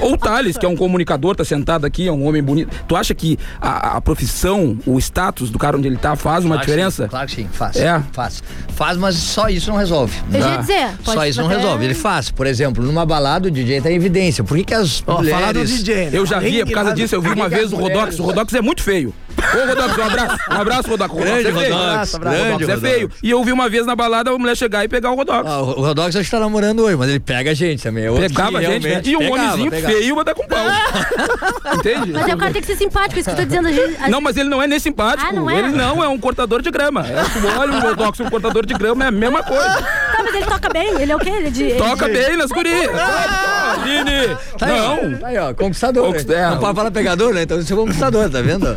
Ou o Thales, que é um comunicador, tá sentado aqui, é um homem bonito. Tu acha que a, a profissão, o status do cara onde ele tá faz uma Claro que diferença? sim, claro que sim, faz. É. Faz. Faz, mas só isso não resolve. Eu já ia dizer, Só pode isso não fazer- resolve. Ele faz, por exemplo, numa balada o DJ tá em evidência. Por que que as Ó, mulheres... falar do DJ, né? Eu já vi, é por causa disso, eu vi Por que uma que vez as o Rodox. O Rodox é muito feio. Ô, Rodox, um abraço. Um abraço, Rodox. O Rodox é Grande feio. Rodox, O grande Rodox é Rodox. feio. E eu vi uma vez na balada a mulher chegar e pegar o Rodox. Ah, o Rodox acho que tá namorando hoje, mas ele pega a gente também. É outro Pegava que a gente, né? realmente E um pegava, homenzinho pegava. feio, mas tá com pau. Entende? Mas aí o cara tem que ser simpático, é isso que eu tô dizendo. Às vezes, às- Não, mas ele não é nem simpático. Ah, não é? Ele não é um cortador de grama. É, tu olha um Rodox e um cortador de grama, é a mesma coisa. Tá, mas ele toca bem, ele é o quê? Ele é de. ele é Toca de- bem nas gurias. Aline! Tá aí, ó. Não! Tá aí, ó, conquistador. Conquist- é, Não pode falar pegador, né? Então você é um conquistador, tá vendo?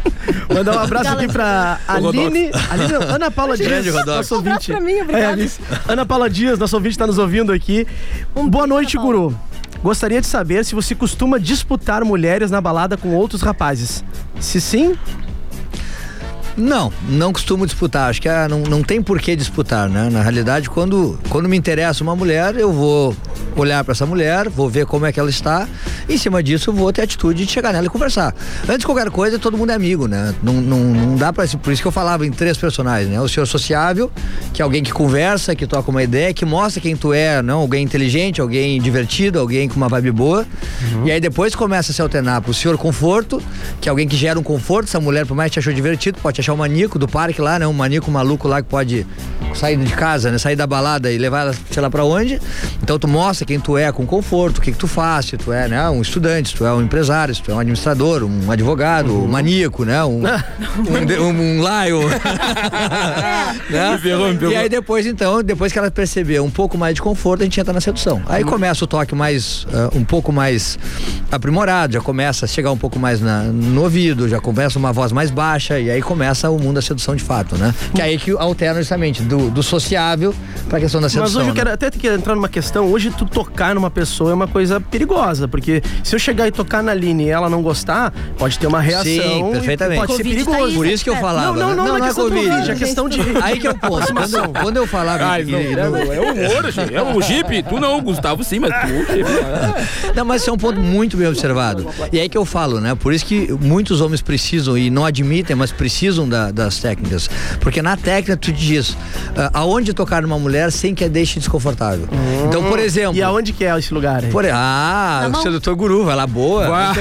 Mandar um abraço aqui pra O Aline. Rodox. Aline não, Ana Paula Dias. Grande Rodox. nossa Um ouvinte. É, pra mim, obrigada. Alice. Ana Paula Dias, nosso ouvinte, tá nos ouvindo aqui. Boa noite, guru. Gostaria de saber se você costuma disputar mulheres na balada com outros rapazes. Se sim, Não, não costumo disputar. Acho que ah, não, não tem por que disputar, né? Na realidade, quando, quando me interessa uma mulher, eu vou olhar pra essa mulher, vou ver como é que ela está. Em cima disso, eu vou ter a atitude de chegar nela e conversar. Antes de qualquer coisa, todo mundo é amigo, né? Não, não, não dá pra. Por isso que eu falava em três personagens, né? O senhor sociável, que é alguém que conversa, que toca uma ideia, que mostra quem tu é, não? Alguém inteligente, alguém divertido, alguém com uma vibe boa. E aí depois começa a se alternar pro senhor conforto, que é alguém que gera um conforto. Essa mulher, por mais que te achou divertido, pode te achar um manico do parque lá, né? Um manico maluco lá que pode sair de casa, né? Sair da balada e levar ela, sei lá, pra onde. Então tu mostra quem tu é com conforto, o que, que tu faz, se tu é, né? Um estudante, se tu é um empresário, se tu é um administrador, um advogado, um maníaco, né? Um, um, de- um, um lion. né? Me ferrou, me ferrou. E aí depois, então, depois que ela percebeu um pouco mais de conforto, a gente entra na sedução. Uhum. Aí começa o toque mais, ah, um pouco mais aprimorado, já começa a chegar um pouco mais na- no ouvido, já começa uma voz mais baixa, e aí começa o mundo da sedução de fato, né? Que é aí que alterna justamente do, do sociável pra questão da Mas sedução. hoje eu né? quero até que entrar numa questão. Hoje tu tocar numa pessoa é uma coisa perigosa, porque se eu chegar e tocar na Aline e ela não gostar, pode ter uma reação. Sim, e perfeitamente. Pode ser perigoso. Por isso que eu falava. tá Não, não, né? não, não, é questão do Covid, é questão de. Aí que é o ponto. Quando, quando eu falava. Ai, que- não, é o humor, gente. É o Jeep. Tu não, Gustavo sim, mas tu, Jeep. Não, mas isso é um ponto muito bem observado. E é aí que eu falo, né? Por isso que muitos homens precisam, e não admitem, mas precisam da- das técnicas. Porque na técnica tu diz ah, aonde tocar numa mulher sem que a deixe desconfortável. Então, por E exemplo. aonde que é esse lugar? aí? Por, ah, o sedutor guru, vai lá, boa. Vai.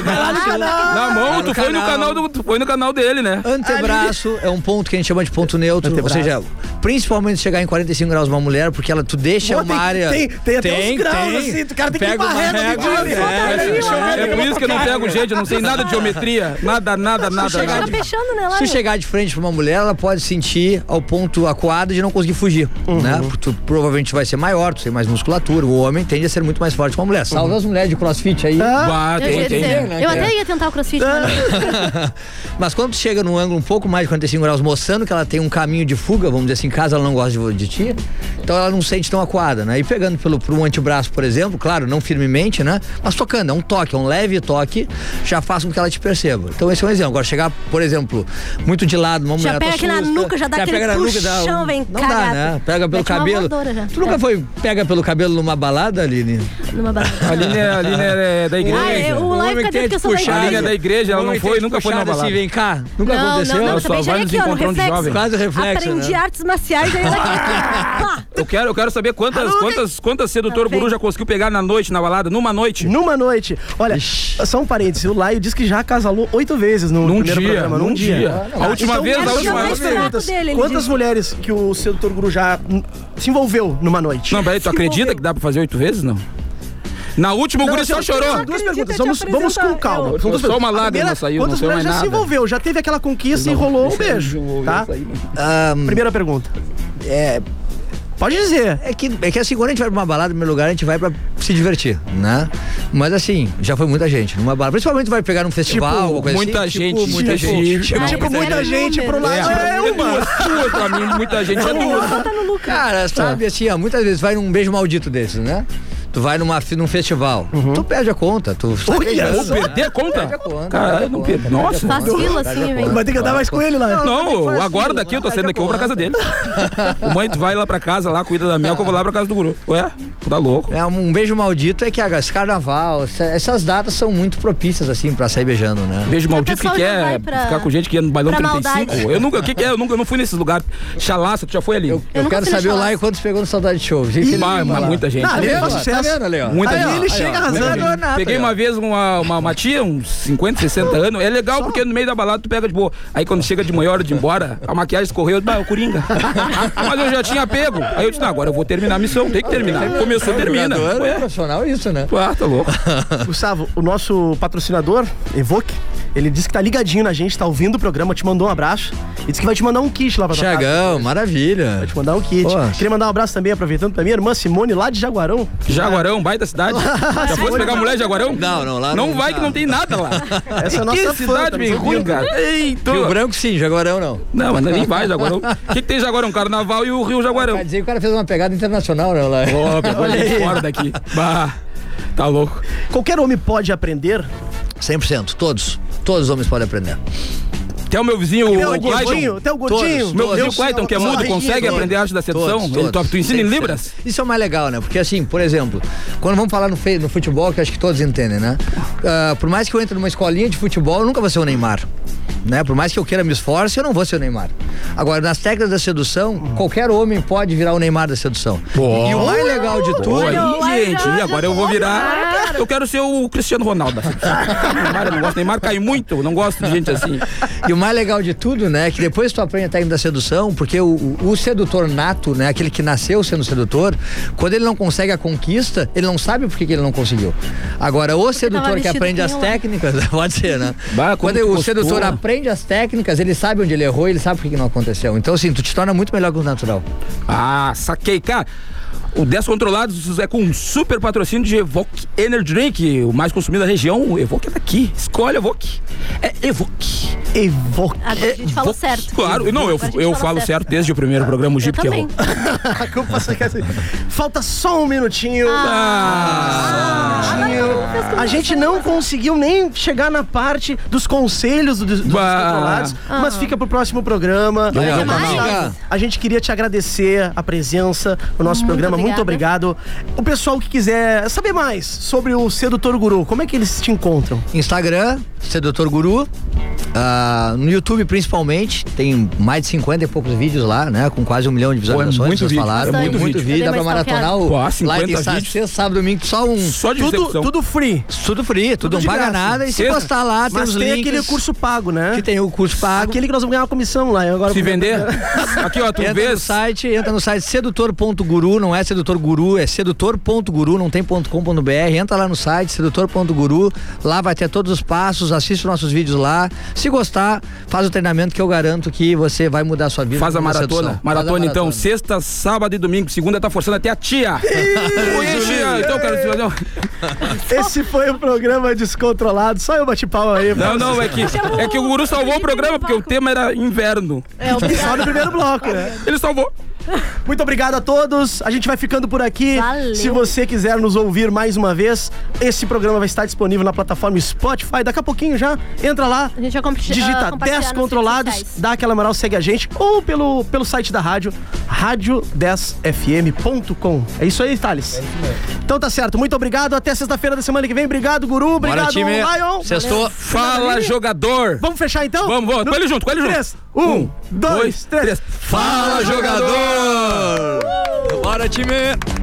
Na Vai mão, no tu foi, no canal. canal do, tu foi no canal dele, né? Antebraço é um ponto que a gente chama de ponto neutro, Antebraço. ou seja, principalmente chegar em 45 graus uma mulher, porque ela tu deixa Pô, uma tem- área tem- tem até uns graus, assim, o cara tem que ir Pega uma varrendo de régua, dia, né? é, Bota aí, deixa eu ó. ver É por isso que eu não pego gente, eu não sei nada de geometria. Nada, nada, Se nada, chegar nada. de- Fechando, né, lá? Se chegar de frente pra uma mulher, ela pode sentir ao ponto acuado de não conseguir fugir, né? Porque tu provavelmente vai ser maior, tu tem mais musculatura, o homem tende a ser muito mais forte que uma mulher. Salve as mulheres de crossfit aí. Ah, Eu, ia dizer, eu até ia tentar o crossfit, mas não- Mas quando tu chega num ângulo um pouco mais de 45 graus, mostrando que ela tem um caminho de fuga, vamos dizer assim, caso ela não goste de, de ti, então ela não sente tão acuada, né? E pegando pelo, por um antebraço, por exemplo, claro, não firmemente, né? Mas tocando, é um toque, é um leve toque, já faz com que ela te perceba. Então esse é um exemplo. Agora, chegar, por exemplo, muito de lado, uma já mulher tá pega aqui na susta, nuca, já dá já aquele pega na nuca, dá puxão, um- vem Não cá, dá, gata. né? Pega pelo Mete uma cabelo. voadora já. Tu nunca É. foi pega pelo cabelo numa balada? balada, Aline? Numa balada. A Aline, é- a Aline é da igreja. Ah, é, o O live homem fica dizendo tem que eu te sou da puxado. igreja. A Aline é da igreja, ela O não homem foi, tem te nunca foi na puxado balada. assim, vem cá. Nunca não, aconteceu? Não, não, também já aqui, ó, no reflexo. Quase reflexo, Aprendi né? artes marciais aí Eu quero, eu quero saber quantas, quantas, quantas sedutor guru já conseguiu pegar na noite, na balada, numa noite. Numa noite. Olha, só um parênteses. O Laio diz que já acasalou oito vezes no Num primeiro dia, programa. num dia. A última vez, a última vez. vez. Então, Quantas, Dele, ele quantas diz. mulheres que o sedutor guru já hum, se envolveu numa noite? Não, peraí, tu Se acredita que dá pra fazer oito vezes? Não. Na última, o Não, guri só assim, ó, chorou. São duas perguntas. Vamos, vamos com calma. Eu- São duas só uma perguntas. lágrima A primeira, saiu, não Quantas saiu mulheres mais já se nada. envolveu? Já teve aquela conquista, Não, enrolou um isso aí beijo. enjoou, Tá? isso aí, mano. Ah, Primeira pergunta. É. Pode dizer. É que, é que assim, quando a gente vai pra uma balada, em primeiro lugar, a gente vai pra se divertir, né? Mas assim, já foi muita gente numa balada. Principalmente vai pegar num festival, alguma coisa Tipo, muita assim. gente, Tipo, muita tipo, gente. tipo, tipo, muita gente pro lado, é uma. Duas pra mim, muita gente. É uma. Cara, sabe assim, ó, muitas vezes vai num beijo maldito desses, né? Tu vai numa, fi- num festival, Uhum. tu perde a conta, tu sai Vou beijando. perder a conta? Caralho, não perdi. Nossa. Faz fila assim, velho. Vai ter que andar mais com ele lá. Não, agora né? daqui eu tô saindo daqui, eu vou pra casa dele. O mãe, tu vai lá pra casa, lá, cuida da mel, que eu vou lá pra casa do guru. Ué, tu tá louco. É, um beijo maldito é que ah, esse carnaval, essa- essas datas são muito propícias, assim, pra sair beijando, né? Beijo maldito que quer ficar com gente que ia no bailão pra 35. maldade. Eu nunca, o que que é? Eu nunca eu não fui nesses lugares. Chalaça, tu já foi ali? Eu, Eu, quero saber lá e quantos pegou no Saudade Show. Gente, Ih, ele- mas- mas muita gente. Tá Não, ali vendo, é ó? sucesso. Tá vendo ali, ó? Muita Aí, ó, gente. aí, ó. Muita gente. Peguei uma vez uma, uma, uma tia, uns 50, 60 anos. É legal porque no meio da balada tu pega de boa. Aí quando chega de manhã, hora de ir embora, a maquiagem escorreu, eu disse, bah, o Coringa. Mas eu já tinha pego. Aí eu disse, não, agora eu vou terminar a missão, tem que terminar. Começou, termina. É. Tá é Jogador Ué. profissional isso, né? Ah, tá louco. Gustavo, o nosso patrocinador, Evoque, ele disse que tá ligadinho na gente, tá ouvindo o programa, te mandou um abraço. E disse que vai te mandar um kit lá pra tua casa. Tiagão, tá maravilha. Vai te mandar um kit. Pô. Queria mandar um abraço também, aproveitando pra minha irmã Simone, lá de Jaguarão. Jaguarão, baita cidade. Já fosse pegar mulher de Jaguarão? Não, não, lá não. não vai dá. que não tem nada lá. Essa é a que nossa fã, cidade tá bem nos ruim, ouvindo. cara. Eita. Rio Branco sim, Jaguarão não. Não, mas nem vai, Jaguarão. O que, que tem Jaguarão? Carnaval e o Rio Jaguarão. Quer dizer que o cara fez uma pegada internacional, né? Lá. Ó, pegou ele fora daqui. Bah, tá louco. Qualquer homem pode aprender? 100%, todos. Todos os homens podem aprender. Até o meu vizinho, o um Até o gordinho, Clayton. até o gordinho. Todos, Meu vizinho todos. Clayton, que é mudo, consegue Todos, aprender a arte da sedução? todos, Ele todos. top, tu ensina em 100%. libras? Isso é o mais legal, né? Porque assim, por exemplo, quando vamos falar no, fe- no futebol, que acho que todos entendem, né? Ah, por mais que eu entre numa escolinha de futebol, eu nunca vou ser o Neymar. Né? Por mais que eu queira me esforce, eu não vou ser o Neymar. Agora, nas técnicas da sedução, qualquer homem pode virar o Neymar da sedução. E o mais legal de tudo. é Olha, aí, gente, e agora eu vou virar. Eu quero ser o Cristiano Ronaldo. Neymar, eu não gosto. Neymar cai muito, eu não gosto de gente assim. E o mais legal de tudo, né, é que depois tu aprende a técnica da sedução, porque o, o- o sedutor nato, né, aquele que nasceu sendo sedutor, quando ele não consegue a conquista, ele não sabe por que que ele não conseguiu. Agora, o sedutor que vestido aprende tá com as ela. técnicas, pode ser, né? Bah, como quando tu o gostou. sedutor aprende as técnicas, ele sabe onde ele errou, ele sabe por que que não aconteceu. Então, assim, tu te torna muito melhor que o natural. Ah, saquei, cara. O Descontrolados é com um super patrocínio de Evoque Energy Drink, o mais consumido da região. O Evoque é daqui. Escolhe Evoque. É Evoque. Evoque. Agora a gente falou certo. Claro, não, eu, Agora a gente eu falou falo certo. desde o primeiro programa, o Jeep que é errou. A culpa só quer ser- Falta só um minutinho. Ah. Só um minutinho. A gente não conseguiu nem chegar na parte dos conselhos do- dos controlados, mas fica pro próximo programa. Vai, Vai, vai. Gustavo, A gente queria te agradecer a presença no nosso programa. Muito obrigado. O pessoal que quiser saber mais sobre o Sedutor Guru, como é que eles te encontram? Instagram, Sedutor Guru. Ah, no YouTube, principalmente, tem mais de 50 e poucos vídeos lá, né? Com quase um é milhão de visualizações, muito vocês vídeo, falaram. bastante. muito, muito Bastante. vídeo, dá pra Bem mais maratonar o stalkeado. Pá, 50 live tem sábado, vídeos. sexta, sábado, domingo, só um. Só de execução. free. Tudo free, tudo, não de paga graça. nada. E se Sexta. postar lá, Ah, tem Mas os tem links. aquele curso pago, né? Que tem o curso pago. Aquele que nós vamos ganhar uma comissão lá. Eu agora Se vender? Aqui, ó, tu Ah, entra vê. no site, entra no site sedutor.guru, não é sedutor.guru, é sedutor.guru, não tem .com.br, entra lá no site sedutor.guru, lá vai ter todos os passos, assiste os nossos vídeos lá. Se gostar, faz o treinamento que eu garanto que você vai mudar a sua vida. Faz a com maratona. sedução. Maratona, Faz a então. Sexta, sábado e domingo. Segunda tá forçando até a tia. Oi, tia. Então, cara, se fazer um- Esse foi o programa Descontrolado. Só eu bati pau aí. Não, não, é que, é que o Guru salvou o programa, porque o tema era inverno. É, o- Só no primeiro bloco, né? Ele salvou. Muito obrigado a todos. A gente vai ficando por aqui. Se você quiser nos ouvir mais uma vez, esse programa vai estar disponível na plataforma Spotify. Daqui a pouquinho já entra lá, a gente ah, já digita 10 controlados, dá aquela moral, segue a gente ou pelo, pelo site da rádio, rádio10fm.com. É isso aí, Thales. então tá certo. Muito obrigado. Até sexta-feira da semana que vem. Obrigado, Guru. Obrigado, time. Lion. Sextou. Valeu. Fala, jogador. Vamos fechar então? um, Vamos, vamos. Com ele junto, com ele junto. Um, 3, 1, 2, 3. Fala, jogador! Bora, time!